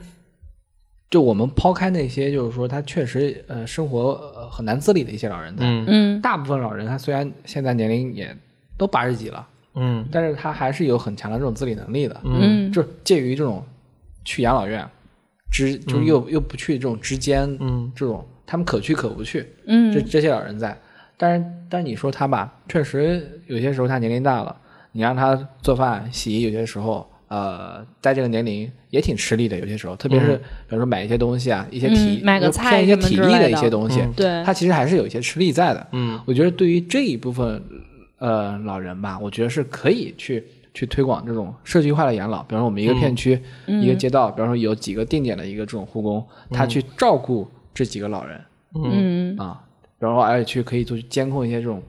S4: 就我们抛开那些，就是说他确实呃生活呃很难自理的一些老人在，
S2: 嗯
S3: 嗯
S4: 大部分老人他虽然现在年龄也都八十几了，
S2: 嗯
S4: 但是他还是有很强的这种自理能力的，
S3: 嗯
S4: 就是介于这种去养老院之，就是又、又不去这种之间，
S2: 嗯
S4: 这种他们可去可不去，
S3: 嗯
S4: 这这些老人在。但是但你说他吧，确实有些时候他年龄大了，你让他做饭洗衣，有些时候呃，在这个年龄也挺吃力的，有些时候，特别是
S2: 嗯
S4: 比如说买一些东西啊，一些
S3: 嗯
S4: 体、
S3: 买个
S4: 就
S3: 菜
S4: 偏一些
S3: 什么
S4: 体
S3: 之
S4: 力
S3: 类
S4: 的一
S3: 的
S4: 些东西，
S2: 嗯
S3: 对
S4: 他其实还是有一些吃力在的。
S2: 嗯
S4: 我觉得对于这一部分呃老人吧，我觉得是可以去去推广这种社区化的养老，比方说我们一个片区、
S3: 嗯
S4: 一个街道，比方说有几个定点的一个这种护工，他去照顾这几个老人、
S3: 嗯，
S4: 啊，然后而且去可以做监控一些这种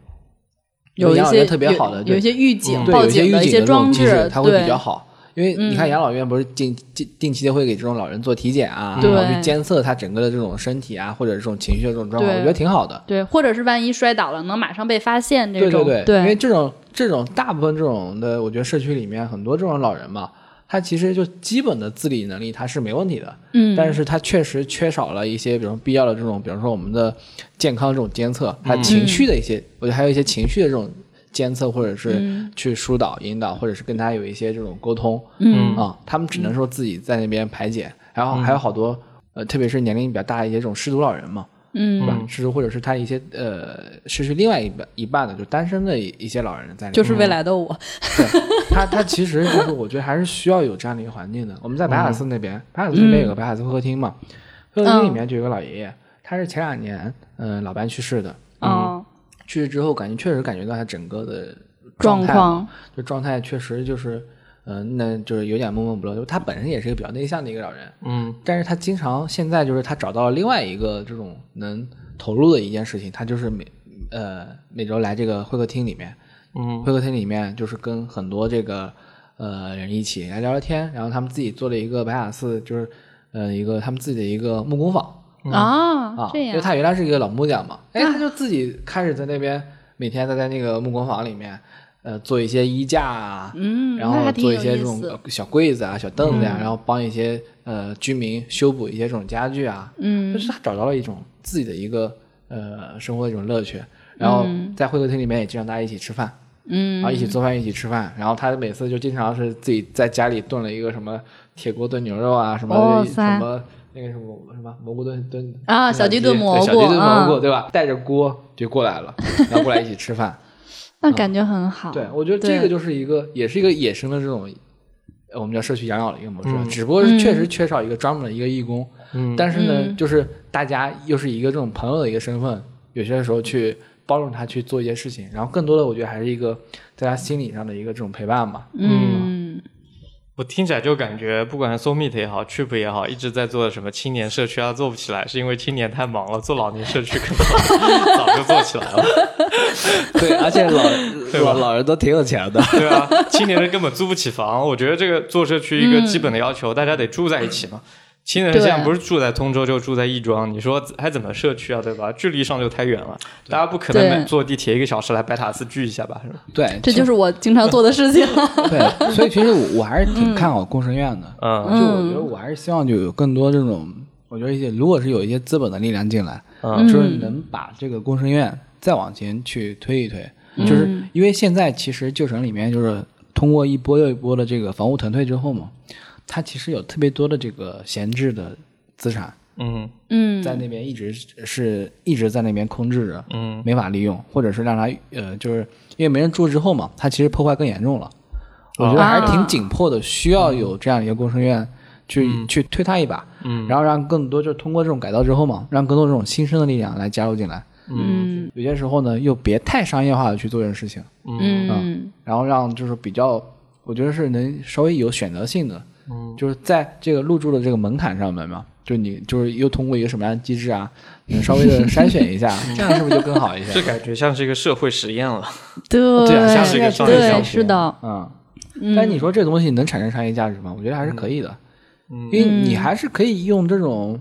S3: 有一
S4: 养老
S3: 些
S4: 院特别好的
S3: 有有一
S4: 对
S3: 些预警、
S4: 对
S3: 报
S4: 有一些
S3: 警
S4: 预
S3: 的
S4: 警的这
S3: 装
S4: 种机
S3: 置
S4: 制，，它会比
S3: 对嗯
S4: 较好。因为你看，养老院不是定定定期的会给这种老人做体检啊，
S3: 对
S4: 然后去监测他整个的这种身体啊，或者这种情绪的这种状况，
S3: 对
S4: 我觉得挺好的。
S3: 对，或者是万一摔倒了，能马上被发现这种，
S4: 对对
S3: 对，
S4: 因为这种这种大部分这种的，我觉得社区里面很多这种老人嘛，他其实就基本的自理能力他是没问题的，
S3: 嗯，
S4: 但是他确实缺少了一些，比如必要的这种，比如说我们的健康这种监测，
S3: 嗯
S4: 还有情绪的一些，我觉得还有一些情绪的这种监测，或者是
S3: 嗯
S4: 去疏导、引导，或者是跟他有一些这种沟通，
S3: 嗯
S4: 啊、他们只能说自己在那边排解，然后还有好多呃，特别是年龄比较大的一些这种失独老人嘛，对
S3: 嗯，
S4: 吧？失独或者是他一些呃失去另外一半一半的，就单身的一一些老人在里面，
S3: 就是未来的我，
S4: 他他其实就是我觉得还是需要有这样的一个环境的。我们在白海
S3: 嗯
S4: 斯那边，白海斯那边有个白海斯会客厅嘛，会客厅里面就有个老爷爷，他是前两年嗯、呃老伴去世的，
S3: 嗯，
S4: 去世之后感觉确实感觉到他整个的
S3: 状
S4: 态
S3: 况，
S4: 就状态确实就是。嗯、那就是有点闷闷不乐。就他本身也是一个比较内向的一个老人，
S2: 嗯
S4: 但是他经常现在就是他找到了另外一个这种能投入的一件事情，他就是每呃每周来这个会客厅里面，
S2: 嗯
S4: 会客厅里面就是跟很多这个呃人一起来聊聊天，然后他们自己做了一个白雅寺，就是呃一个他们自己的一个木工坊
S3: 啊
S4: 啊，
S3: 这
S4: 因为
S3: 样，
S4: 他原来是一个老木匠嘛，哎，他就自己开始在那边每天在在那个木工坊里面。呃，做一些衣架啊，
S3: 嗯
S4: 然
S3: 那
S4: 后
S3: 还挺
S4: 做一
S3: 有
S4: 些
S3: 意
S4: 这种
S3: 思嗯
S4: 呃小柜子啊、小凳子呀、然后帮一些呃居民修补一些这种家具啊，
S3: 嗯
S4: 就是他找到了一种自己的一个呃生活的一种乐趣，然后在会客厅里面也经常大家一起吃饭，
S3: 嗯
S4: 然啊后一起做饭，一起吃饭。然后他每次就经常是自己在家里炖了一个什么铁锅炖牛肉啊，什么、
S3: 哇塞
S4: 什么那个什么什么蘑菇炖炖
S3: 啊小鸡炖
S4: 对
S3: 蘑
S4: 小鸡
S3: 菇
S4: 炖蘑菇、
S3: 嗯
S4: 对吧？带着锅就过来了，然后过来一起吃饭。
S3: 那感觉很好，
S4: 嗯对，我觉得这
S3: 啊对
S4: 个就是一个，也是一个野生的这种，呃我们叫社区养老的一个模式，只不过是确实缺少一个专门的一个义工。
S2: 嗯
S4: 但是呢，
S3: 嗯
S4: 就是大家又是一个这种朋友的一个身份，有些时候去包容他去做一些事情，然后更多的我觉得还是一个在他心理上的一个这种陪伴吧。
S3: 嗯，
S2: 我听起来就感觉，不管是 So Meet 也好，Trip 也好，一直在做什么青年社区啊，做不起来，是因为青年太忙了，做老年社区可能 *laughs* 早就做起来了，
S4: *laughs* 对，而且老
S2: 对吧
S4: 老人都挺有钱的。
S2: 对啊，青年人根本租不起房，我觉得这个做社区一个基本的要求，大家得住在一起嘛。青年人现在
S3: 对
S2: 不是住在通州，就住在亦庄，你说还怎么社区啊，对吧？距离上就太远了，大家不可能
S3: 对
S2: 每坐地铁一个小时来白塔寺聚一下吧？是吧？
S4: 对，
S3: 这就是我经常做的
S4: *laughs*
S3: 事情，
S4: 对，所以其实我我还是挺看好共生院的。
S2: 嗯
S4: 就我觉得我还是希望就有更多这种，我觉得一些如果是有一些资本的力量进来，
S2: 嗯
S4: 就是能把这个工生院再往前去推一推，
S2: 嗯
S4: 就是因为现在其实旧城里面就是通过一波又一波的这个房屋腾退之后嘛，它其实有特别多的这个闲置的资产
S2: 嗯
S3: 嗯，
S4: 在那边一直是是一直在那边空置着，
S2: 嗯
S4: 没法利用，或者是让它呃就是因为没人住之后嘛，它其实破坏更严重了。我觉得还
S2: 啊
S4: 是挺紧迫的，需要有这样一个工生院去、去推它一把，
S2: 嗯
S4: 然后让更多就通过这种改造之后嘛，让更多这种新生的力量来加入进来。
S3: 嗯
S4: 有些时候呢，又别太商业化的去做这件事情，
S3: 嗯
S4: 然后让就是比较，我觉得是能稍微有选择性的，嗯，就是在这个入住的这个门槛上面嘛，就你就是又通过一个什么样的机制啊，能稍微的筛选一下，这样是不是就更好一些
S2: 这？感觉像是一个社会实验了。
S3: 对
S4: 对啊像
S2: 是一个商业
S3: 对
S2: 项目
S3: 是的，
S4: 嗯，
S3: 嗯
S4: 但你说这东西能产生商业价值吗？我觉得还是可以的，因为你还是可以用这种，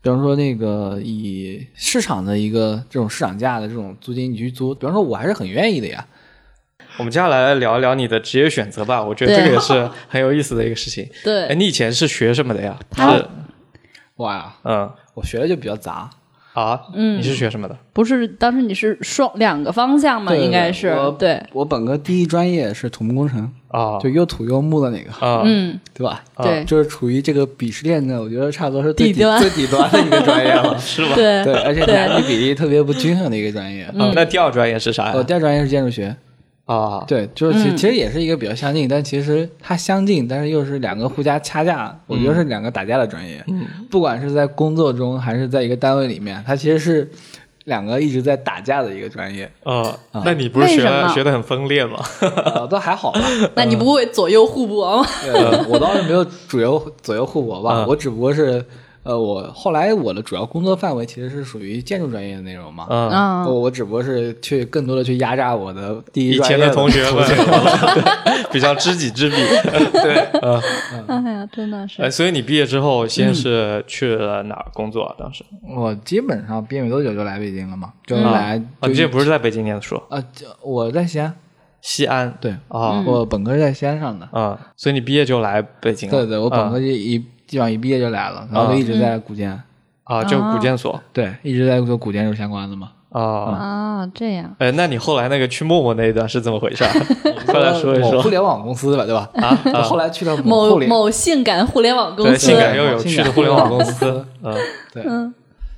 S4: 比方说那个以市场的一个这种市场价的这种租金你去租，比方说我还是很愿意的呀。
S2: 我们接下来聊一聊你的职业选择吧，我觉得这
S3: 对
S2: 个也是很有意思的一个事情。
S3: 对
S2: 哎，你以前是学什么的呀？
S3: 他
S2: 是，
S4: 哇，
S2: 嗯，
S4: 我学的就比较杂，
S2: 啊，
S3: 嗯
S2: 你是学什么的？
S3: 不是当时你是双两个方向嘛，
S4: 对
S3: 应该是
S4: 我
S3: 对，
S4: 我本科第一专业是土木工程，
S2: 啊
S4: 就又土又木的那个，
S2: 啊，
S3: 嗯，
S4: 对吧？
S2: 啊。
S3: 对
S4: 就是处于这个鄙视链的，我觉得差不多是最
S3: 底端
S4: 最底端的一个专业了
S2: 哎是吧？
S3: *laughs* 对
S4: 对，而且男女比例特别不均衡的一个专业。
S2: 啊那第二专业是啥
S4: 我
S2: 呀？
S4: 第二专业是建筑学，
S2: 啊，
S4: 对，就是其
S3: 嗯
S4: 其实也是一个比较相近，但其实它相近，但是又是两个互加掐架，我觉得是两个打架的专业。
S3: 嗯
S4: 不管是在工作中还是在一个单位里面，它其实是两个一直在打架的一个专业，
S2: 哦
S5: 啊，那你不是
S3: 为
S5: 学
S3: 什么
S5: 学的很分裂吗？
S4: 呃，都还好吧。
S3: 那你不会左右互搏吗？
S4: 呃，我倒是没有主流左右互搏吧，
S2: 嗯
S4: 我只不过是呃，我后来我的主要工作范围其实是属于建筑专业的内容嘛。
S2: 嗯，
S3: 啊
S4: 我，我只不过是去更多的去压榨我的第一
S5: 以
S4: 专
S5: 前
S4: 业
S5: 同学们
S4: 们，
S2: *laughs* 比较知己知彼。
S3: 哎呀，真的是
S5: 哎，所以你毕业之后先是去了哪儿工作啊？当时
S4: 我基本上毕业没多久就来北京了嘛，就
S3: 嗯
S4: 来
S5: 啊，
S4: 就
S5: 你
S4: 一
S5: 这不是在北京念的书
S4: 啊，这我在西安，
S2: 西安
S4: 对，
S2: 啊
S4: 我本科是在西安上的，
S2: 啊，所以你毕业就来北京了？
S4: 对对，我本
S2: 啊
S4: 科就一、基本上一毕业就来了，然后就一直在古建，
S2: 啊，
S3: 哦
S2: 就古建所
S4: 对，一直在做古建筑相关的嘛。
S2: 啊。
S3: 啊，这样
S2: 哎，那你后来那个去陌陌那一段是怎么回事啊？快来说一
S4: 呃某互
S2: 说。
S4: 联网公司吧，对吧？啊，我后来去了某互
S3: 某
S4: 联，
S3: 某性感互联网公
S2: 对，
S3: 司
S2: 性感又有趣的互联网公司，嗯
S4: 对，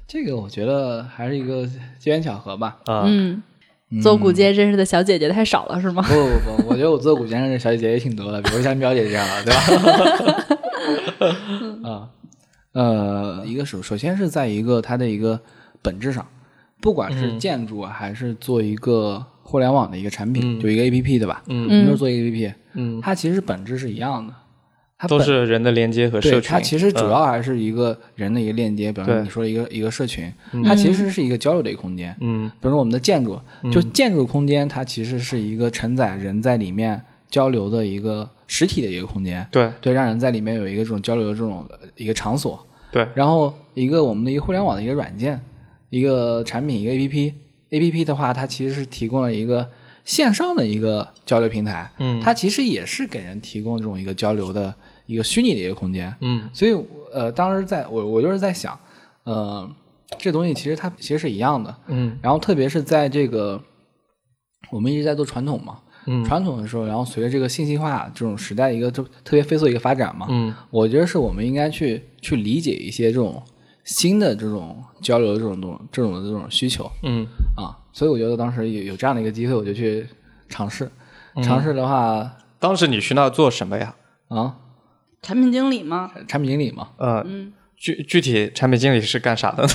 S4: 这个我觉得还是一个机缘巧合吧。
S2: 啊
S3: 嗯，做古街认识的小姐姐太少了是吗？
S4: 不不不，我觉得我做古建认识小姐姐也挺多的，比如像喵姐这样的，对吧？啊，呃，一个首首先是在一个它的一个本质上，不管是建筑啊，还是做一个互联网的一个产品，就一个 A P P 对吧？嗯你说做一个 A P P，
S2: 嗯，
S4: 它其实本质是一样的，它
S2: 都
S4: 本
S2: 是人的连接和社
S4: 对，
S2: 群。
S4: 它其实主要还是一个人的一个链接，比方说
S2: 对
S4: 你说的一个一个社群，它其实是一个交流的一个空间。
S2: 嗯
S4: 比如说我们的建筑，就建筑空间，它其实是一个承载人在里面交流的一个实体的一个空间，
S2: 对
S4: 对，让人在里面有一个这种交流的这种呃一个场所。
S2: 对，
S4: 然后一个我们的一个互联网的一个软件，一个产品，一个 APP。APP 的话，它其实是提供了一个线上的一个交流平台，嗯，它其实也是给人提供这种一个交流的一个虚拟的一个空间，
S2: 嗯
S4: 所以呃，当时在我我就是在想，呃，这东西其实它其实是一样的，
S2: 嗯
S4: 然后特别是在这个我们一直在做传统嘛，
S2: 嗯
S4: 传统的时候，然后随着这个信息化这种时代一个就特别飞速的一个发展嘛，
S2: 嗯
S4: 我觉得是我们应该去去理解一些这种新的这种交流的这种东这种的这种需求
S2: 嗯
S4: 啊，所以我觉得当时有有这样的一个机会，我就去尝试，
S2: 嗯
S4: 尝试的话
S2: 当时你去那儿做什么呀？
S4: 啊，
S3: 产品经理吗？
S4: 产品经理嘛，
S2: 呃，具具体产品经理是干啥的呢？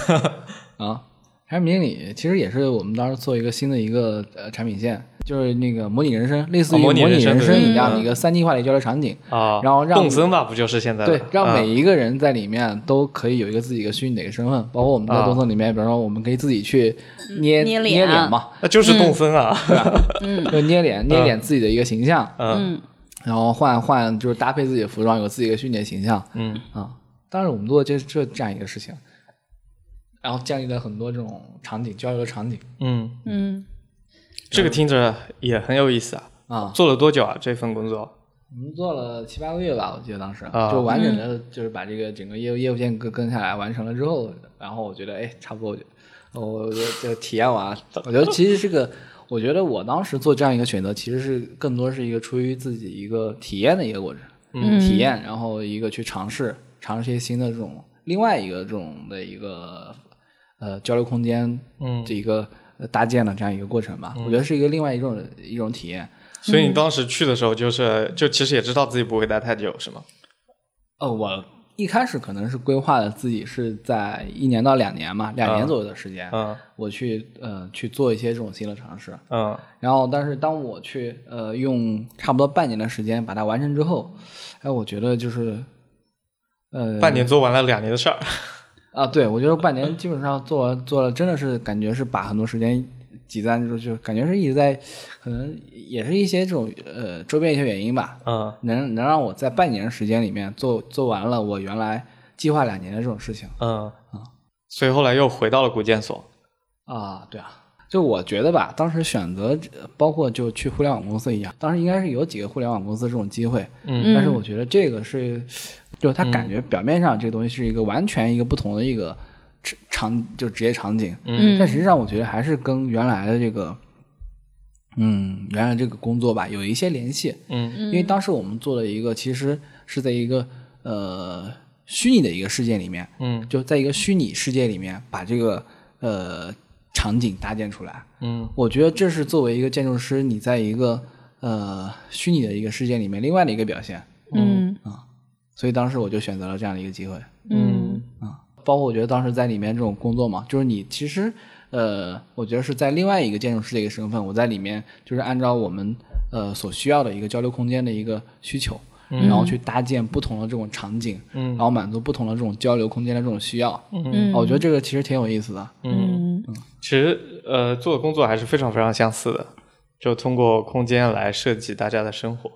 S4: 啊，产品经理其实也是我们当时做一个新的一个呃产品线，就是那个模拟人生，类似
S2: 啊
S4: 于
S2: 模
S4: 模
S2: 拟
S4: 拟
S2: 人生
S4: 人生
S2: 对
S4: 一样的一个三 D 化的交流场景，
S2: *laughs* *laughs* 啊，
S4: 然后让
S2: 动森吧，不就是现在的
S4: 对，让每
S2: 嗯
S4: 一个人在里面都可以有一个自己的虚拟的一个身份，包括我们在
S2: 啊
S4: 动森里面，比如说我们可以自己去捏
S3: 捏脸
S4: 脸嘛，
S2: 那就是动森啊，
S4: 对吧？就捏脸捏脸自己的一个形象，
S2: *laughs* 嗯
S3: 嗯
S4: 然后换换就是搭配自己的服装，有自己的虚拟的形象
S2: 嗯
S4: 啊。当时我们做这这这样一个事情，然后建立了很多这种场景交流的场景
S2: 嗯，
S3: 嗯，
S2: 这个听着也很有意思啊。
S4: 啊。
S2: 做了多久啊？这份工作？
S4: 我们做了七八个月吧，我记得当时、
S2: 啊
S4: 就完整的，就是把这个整个业务业务线跟跟下来完成了之后，然后我觉得哎，差不多我就，我就就体验完。我觉得其实这个，我觉得我当时做这样一个选择，其实是更多是一个出于自己一个体验的一个过程，
S3: 嗯
S4: 体验，然后一个去尝试尝试一些新的这种另外一个这种的一个呃交流空间，
S2: 嗯
S4: 这一个呃搭建的这样一个过程吧。我觉得是一个另外一种一种体验。
S2: 所以你当时去的时候，就是就其实也知道自己不会待太久，是吗？
S4: 呃，我一开始可能是规划的自己是在一年到两年嘛，两年左右的时间，
S2: 嗯
S4: 我去呃去做一些这种新的尝试。
S2: 嗯
S4: 然后，但是当我去呃用差不多半年的时间把它完成之后，哎，我觉得就是呃
S2: 半年做完了两年的事儿，
S4: 啊，对我觉得半年基本上做完做了，真的是感觉是把很多时间挤在就就感觉是一直在，可能也是一些这种呃周边一些原因吧，
S2: 嗯
S4: 能能让我在半年时间里面做做完了我原来计划两年的这种事情
S2: 嗯所以后来又回到了古建所。
S4: 啊，对啊，就我觉得吧，当时选择呃包括就去互联网公司一样，当时应该是有几个互联网公司这种机会，
S2: 嗯
S4: 但是我觉得这个是，就他感觉表面上这个东西是一个完全一个不同的一个职场就职业场景，
S3: 嗯
S4: 但实际上我觉得还是跟原来的这个嗯，原来这个工作吧有一些联系，
S2: 嗯
S4: 因为当时我们做了一个，其实是在一个呃虚拟的一个世界里面，
S2: 嗯
S4: 就在一个虚拟世界里面把这个呃场景搭建出来。
S2: 嗯
S4: 我觉得这是作为一个建筑师，你在一个呃虚拟的一个世界里面另外的一个表现。
S3: 嗯
S4: 所以当时我就选择了这样的一个机会。
S3: 嗯
S4: 包括我觉得当时在里面这种工作嘛，就是你其实，呃，我觉得是在另外一个建筑师的一个身份，我在里面就是按照我们呃所需要的一个交流空间的一个需求，然后去搭建不同的这种场景，
S2: 嗯
S4: 然后满足不同的这种交流空间的这种需要。
S3: 嗯，
S4: 啊我觉得这个其实挺有意思的。
S3: 嗯
S2: 其实呃做的工作还是非常非常相似的，就通过空间来设计大家的生活。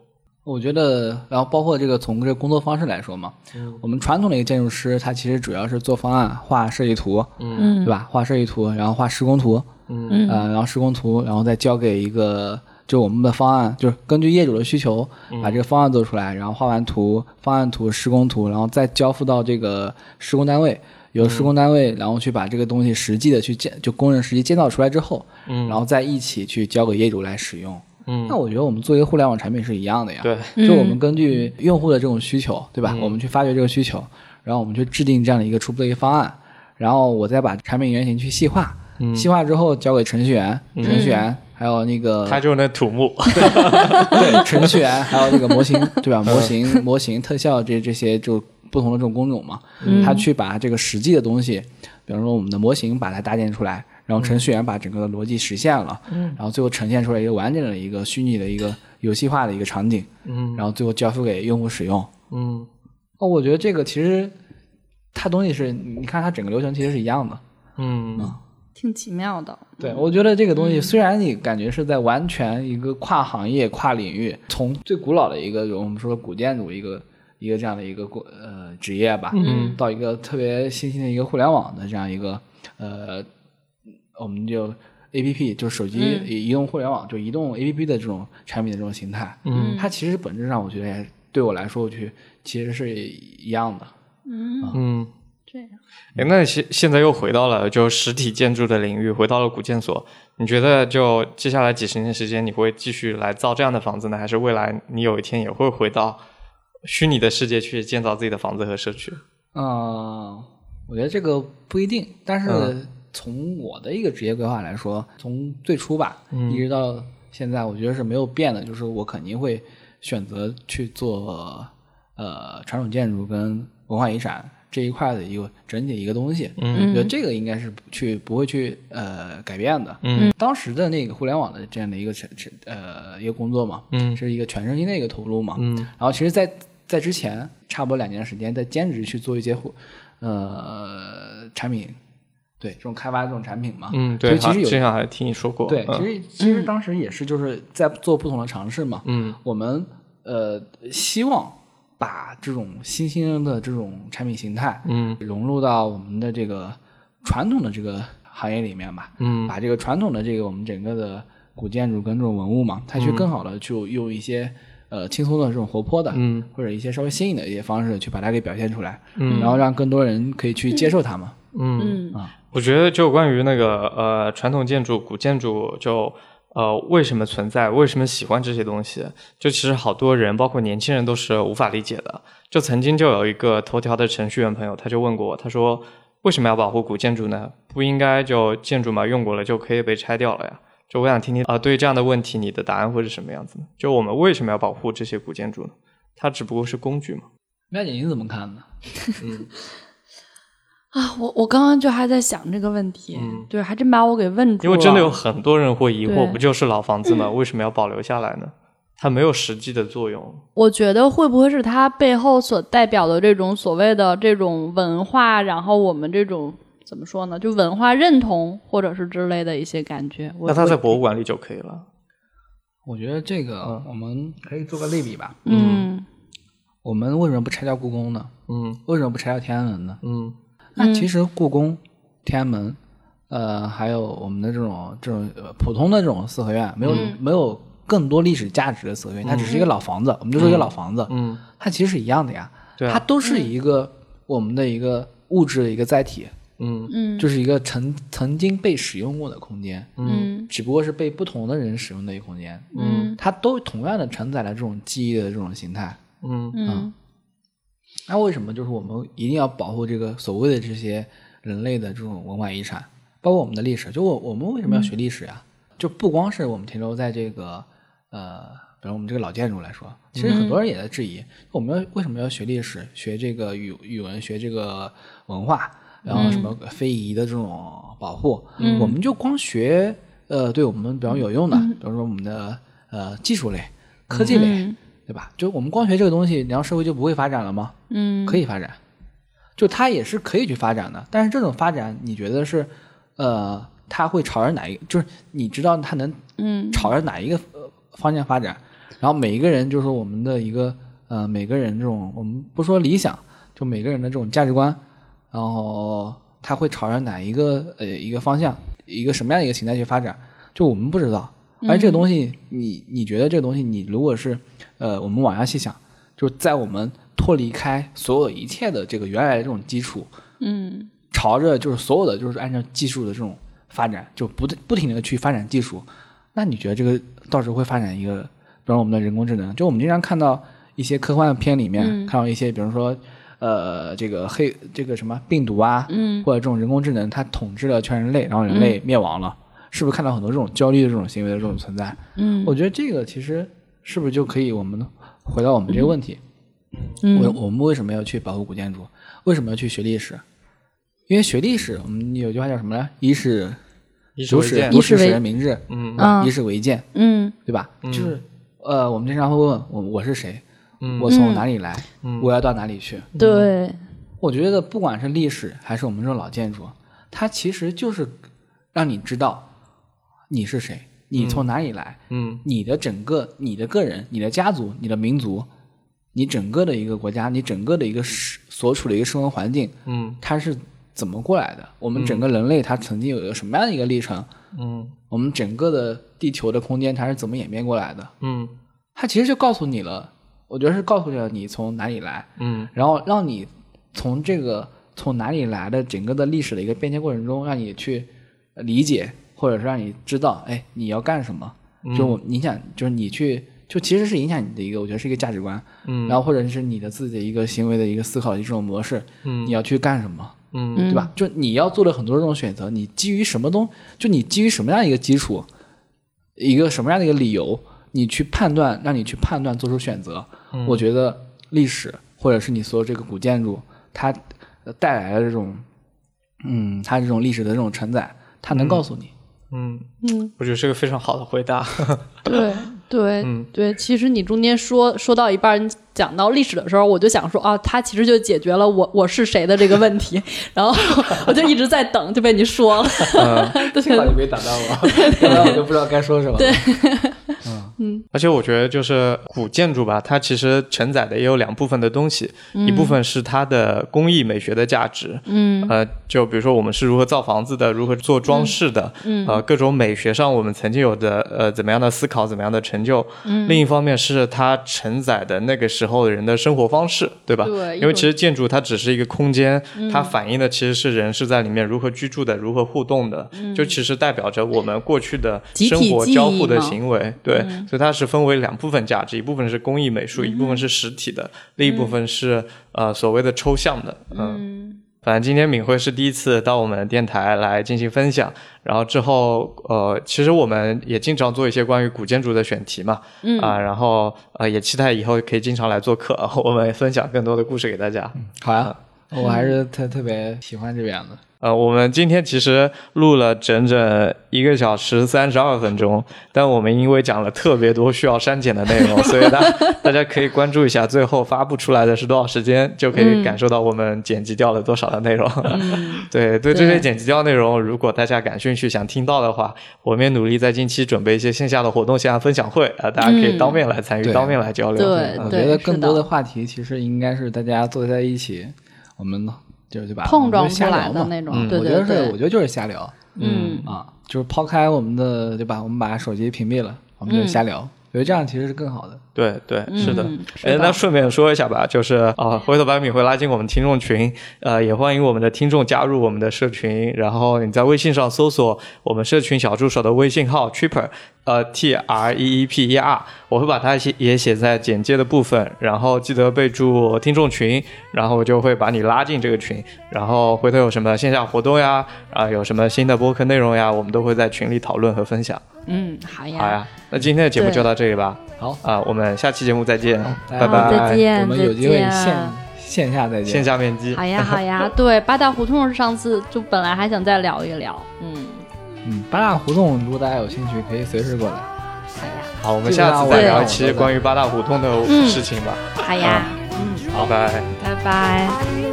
S4: 我觉得，然后包括这个从这个工作方式来说嘛，
S2: 嗯
S4: 我们传统的一个建筑师，他其实主要是做方案、画设计图，
S3: 嗯
S4: 对吧？画设计图，然后画施工图，
S3: 嗯
S4: 呃，然后施工图，然后再交给一个，就我们的方案，就是根据业主的需求
S2: 嗯
S4: 把这个方案做出来，然后画完图、方案图、施工图，然后再交付到这个施工单位，
S2: 嗯
S4: 由施工单位然后去把这个东西实际的去建，就工人实际建造出来之后，
S2: 嗯
S4: 然后再一起去交给业主来使用。
S2: 嗯
S4: 那我觉得我们做一个互联网产品是一样的呀，
S2: 对，
S4: 就我们根据用户的这种需求，对吧？我们去发掘这个需求，然后我们去制定这样的一个初步的一个方案，然后我再把产品原型去细化，细化之后交给程序员，程序员还有那个
S2: 他就是那土木。
S4: 对程序员还有那个模型，对吧？模型、模型、特效这这些就不同的这种工种嘛，他去把这个实际的东西，比方说我们的模型把它搭建出来，然后程序员把整个的逻辑实现了，然后最后呈现出来一个完整的一个虚拟的一个游戏化的一个场景，
S2: 嗯
S4: 然后最后交付给用户使用。
S2: 嗯
S4: 哦，我觉得这个其实它东西是，你看它整个流程其实是一样的。
S2: 嗯
S3: 挺奇妙的，
S4: 对，我觉得这个东西虽然你感觉是在完全一个跨行业、跨领域，从最古老的一个我们说古建筑一个一个这样的一个过呃职业吧，
S3: 嗯
S4: 到一个特别新兴的一个互联网的这样一个呃，我们就 A P P 就是手机
S3: 嗯
S4: 移移动互联网，就移动 A P P 的这种产品的这种形态，
S3: 嗯
S4: 它其实本质上我觉得也对我来说，我去其实是一样的。
S3: 嗯
S2: 嗯。
S3: 这样
S2: 哎，那现现在又回到了就实体建筑的领域，回到了古建所。你觉得就接下来几十年时间，你会继续来造这样的房子呢，还是未来你有一天也会回到虚拟的世界去建造自己的房子和社区？
S4: 啊嗯，我觉得这个不一定，但是
S2: 嗯
S4: 从我的一个职业规划来说，从最初吧，
S2: 嗯
S4: 一直到现在，我觉得是没有变的，就是我肯定会选择去做呃传统建筑跟文化遗产这一块的一个整体的一个东西。
S2: 嗯
S4: 我觉得这个应该是不去不会去呃改变的。
S2: 嗯，
S4: 当时的那个互联网的这样的一个成成呃一个工作嘛，
S2: 嗯
S4: 是一个全身心的一个投入嘛，
S2: 嗯
S4: 然后其实在，在之前差不多两年的时间，在兼职去做一些互呃产品，对这种开发这种产品嘛，
S2: 嗯，
S4: 所
S2: 对，
S4: 以其实有
S2: 之前还听你说过，
S4: 对，
S2: 嗯
S4: 其实其实当时也是就是在做不同的尝试嘛。
S2: 嗯，
S4: 我们呃希望把这种新兴的这种产品形态，
S2: 嗯，
S4: 融入到我们的这个传统的这个行业里面吧。
S2: 嗯
S4: 把这个传统的这个我们整个的古建筑跟这种文物嘛，它去更好的去用一些。呃，轻松的这种活泼的，
S2: 嗯，
S4: 或者一些稍微新颖的一些方式去把它给表现出来，嗯，然后让更多人可以去接受它嘛，
S2: 嗯
S3: 嗯
S2: 我觉得就关于那个呃传统建筑、古建筑就。呃，为什么存在？为什么喜欢这些东西？就其实好多人，包括年轻人，都是无法理解的。就曾经就有一个头条的程序员朋友，他就问过我，他说：“为什么要保护古建筑呢？不应该就建筑嘛，用过了就可以被拆掉了呀？”就我想听听啊、呃对于这样的问题，你的答案会是什么样子呢？就我们为什么要保护这些古建筑呢？它只不过是工具嘛。
S4: 妙姐你怎么看呢？
S3: 啊，我我刚刚就还在想这个问题，对，还嗯真把我给问住
S2: 因
S3: 了，
S2: 为真的有很多人会疑惑，
S3: 对嗯
S2: 不就是老房子吗？为什么要保留下来呢？它没有实际的作用。
S3: 我觉得会不会是它背后所代表的这种所谓的这种文化，然后我们这种怎么说呢，就文化认同或者是之类的一些感觉。我
S2: 那它在
S3: 我
S2: 博物馆里就可以了。
S4: 我觉得这个
S2: 嗯
S4: 我们可以做个类比吧。
S3: 嗯
S4: 我们为什么不拆掉故宫呢？
S2: 嗯
S4: 为什么不拆掉天安门呢？
S2: 嗯
S4: 那其实故宫、天安门，呃，还有我们的这种这种呃普通的这种四合院，没有、
S3: 嗯
S4: 没有更多历史价值的四合院，它只是一个老房子，我们就说一个老房子，
S2: 嗯，
S4: 它其实是一样的呀，
S2: 对啊
S3: 嗯
S4: 它都是一个我们的一个物质的一个载体，
S2: 嗯
S3: 嗯，
S4: 就是一个曾曾经被使用过的空间，
S3: 嗯
S4: 只不过是被不同的人使用的一个空间，
S3: 嗯
S4: 它都同样的承载了这种记忆的这种形态。
S2: 嗯
S3: 嗯
S4: 那为什么就是我们一定要保护这个所谓的这些人类的这种文化遗产，包括我们的历史？就我我们为什么要
S3: 嗯
S4: 学历史呀、就不光是我们停留在这个呃，比如我们这个老建筑来说，其实很多
S3: 嗯
S4: 人也在质疑，我们要为什么要学历史，学这个语语文，学这个文化，然后什么非遗的这种保护，
S3: 嗯
S4: 我们就光学呃，对我们比较有用的，比如说我们的呃技术类、科技类，
S3: 嗯
S4: 对吧？就我们光学这个东西，然后社会就不会发展了吗？
S3: 嗯，
S4: 可以发展，就它也是可以去发展的。但是这种发展，你觉得是，呃，它会朝着哪一个？就是你知道它能
S3: 嗯
S4: 朝着哪一个呃方向发展？然后每一个人就是我们的一个呃，每个人这种我们不说理想，就每个人的这种价值观，然后它会朝着哪一个呃一个方向，一个什么样的一个形态去发展？就我们不知道。而这个东西，你你觉得这个东西，你如果是呃，我们往下细想，就是在我们脱离开所有一切的这个原来的这种基础，
S3: 嗯
S4: 朝着就是所有的就是按照技术的这种发展，就不不停的去发展技术，那你觉得这个到时候会发展一个，比如我们的人工智能，就我们经常看到一些科幻片里面、
S3: 嗯
S4: 看到一些，比如说呃这个黑这个什么病毒啊，
S3: 嗯
S4: 或者这种人工智能它统治了全人类，然后人类灭亡了，是不是看到很多这种焦虑的这种行为的这种存在？
S3: 嗯
S4: 我觉得这个其实是不是就可以，我们回到我们这个问题，
S3: 嗯
S4: 我我们为什么要去保护古建筑？为什么要去学历史？因为学历史，我们有句话叫什么呢？一是
S2: 以史
S4: 读
S2: 为
S4: 史，
S2: 鉴
S4: 读
S3: 以史
S4: 史
S3: 为
S4: 使人明智，
S2: 嗯
S4: 吧
S3: 嗯
S4: 以史为鉴，
S3: 嗯
S4: 对吧？就是呃，我们经常会问我我是谁，
S2: 嗯
S4: 我
S3: 嗯
S4: 从哪里来，我要到哪里去？
S3: 对
S4: 我觉得不管是历史还是我们这种老建筑，它其实就是让你知道你是谁，你从哪里来，
S2: 嗯
S4: 你的整个、你的个人、你的家族、你的民族，你整个的一个国家，你整个的一个是所处的一个生活环境，
S2: 嗯
S4: 它是怎么过来的？我们整个人类它曾经有一个什么样的一个历程？
S2: 嗯
S4: 我们整个的地球的空间它是怎么演变过来的？
S2: 嗯
S4: 它其实就告诉你了，我觉得是告诉了你从哪里来，
S2: 嗯
S4: 然后让你从这个从哪里来的整个的历史的一个变迁过程中，让你去理解，或者是让你知道，哎，你要干什么，
S2: 嗯
S4: 就我影响，就是你去，就其实是影响你的一个，我觉得是一个价值观，
S2: 嗯
S4: 然后或者是你的自己的一个行为的一个思考的一种模式，
S2: 嗯
S4: 你要去干什么，
S2: 嗯
S3: 嗯
S4: 对吧？就你要做了很多这种选择，你基于什么东，就你基于什么样一个基础，一个什么样的一个理由，你去判断，让你去判断做出选择。我觉得历史或者是你所有这个古建筑，它呃带来的这种，嗯，它这种历史的这种承载，它能告诉你，
S2: 嗯，
S3: 嗯
S2: 我觉得是个非常好的回答。
S3: 对对对，其实你中间说说到一半儿，你讲到历史的时候，我就想说啊，他其实就解决了我我是谁的这个问题， *laughs* 然后我就一直在等，就被你说了。对
S4: 幸好你没打断我，不然 *laughs* 我就不知道该说什么了。
S2: 而且我觉得就是古建筑吧，它其实承载的也有两部分的东西，一部分是它的工艺美学的价值，嗯，呃，就比如说我们是如何造房子的，如何做装饰的，嗯，呃，各种美学上我们曾经有的呃怎么样的思考，怎么样的成就，嗯，另一方面是它承载的那个时候人的生活方式，对嗯吧？
S3: 对一
S2: 因为
S3: 种
S2: 其实建筑它只是一个空间，它反映的其实是人是在里面如何居住的，如何互动的，就其实代表着我们过去的
S3: 集
S2: 生
S3: 体
S2: 活
S3: 记
S2: 交
S3: 忆嗯
S2: 互的
S3: 嘛
S2: 行为，对，所以它是分为两部分价值，一部分是工艺美
S3: 嗯
S2: 术，一部分是实体的，另一部分是呃所谓的抽象的，嗯。反正今天敏慧是第一次到我们电台来进行分享，然后之后呃，其实我们也经常做一些关于古建筑的选题嘛，嗯啊、然后呃也期待以后可以经常来做客， *laughs* 我们分享更多的故事给大家。
S4: 好呀，我还是特特别喜欢这边的。
S2: 呃，我们今天其实录了整整一个小时三十二分钟，但我们因为讲了特别多需要删减的内容，所
S3: *laughs*
S2: 以大大家可以关注一下，最后发布出来的是多少时间，就可以
S3: 嗯
S2: 感受到我们剪辑掉了多少的内容。 *laughs* 对对，这些
S3: 对
S2: 剪辑掉的内容，如果大家感兴趣想听到的话，我们也努力在近期准备一些线下的活动、线下分享会啊、呃大家可以
S3: 嗯
S2: 当面来参与，
S4: 对
S2: 当面来交流。
S3: 对
S4: 我
S2: 嗯
S4: 觉得更多
S3: 是
S4: 的
S3: 的
S4: 话题其实应该是大家坐在一起，我们就就把
S3: 碰撞
S4: 我们就瞎聊
S3: 出来的
S4: 嘛
S3: 那种
S4: 嗯
S3: 对
S4: 我觉
S3: 对
S4: 得是，
S3: 对
S4: 我觉得就是瞎聊
S3: 嗯
S4: 啊，就是抛开我们的，对吧？我们把手机屏蔽了，我们就瞎聊。我觉得这样其实是更好的。
S2: 对对，是的。
S3: 嗯
S2: 哎
S3: 是，
S2: 那
S3: 的，
S2: 顺便说一下吧，就是啊、回头把米会拉进我们听众群，呃，也欢迎我们的听众加入我们的社群。然后你在微信上搜索我们社群小助手的微信号 Tripper，呃，T R E E P E R，我会把它写也写在简介的部分。然后记得备注听众群，然后我就会把你拉进这个群。然后回头有什么线下活动呀，啊、有什么新的播客内容呀，我们都会在群里讨论和分享。
S3: 嗯，好呀，
S2: 好呀，那今天的节目
S3: 对
S2: 就到这里吧。
S4: 好，
S2: 啊，我们下期节目再见，
S4: 拜
S2: 拜拜，
S3: 好再见
S4: 我们有机会
S3: 再见
S4: 线线下再见。
S2: 线下面基 *laughs*
S3: 好。呀，好呀，对，八大胡同上次就本来还想再聊一聊，嗯，
S4: 嗯，八大胡同，如果大家有兴趣，可以随时过来。
S3: 好呀，
S2: 好，我们下次再
S3: 对
S2: 聊一
S3: 嗯
S2: 期关于八大胡同的事情吧。
S3: 好呀，
S2: 好，拜拜。
S3: 拜拜。
S1: I knew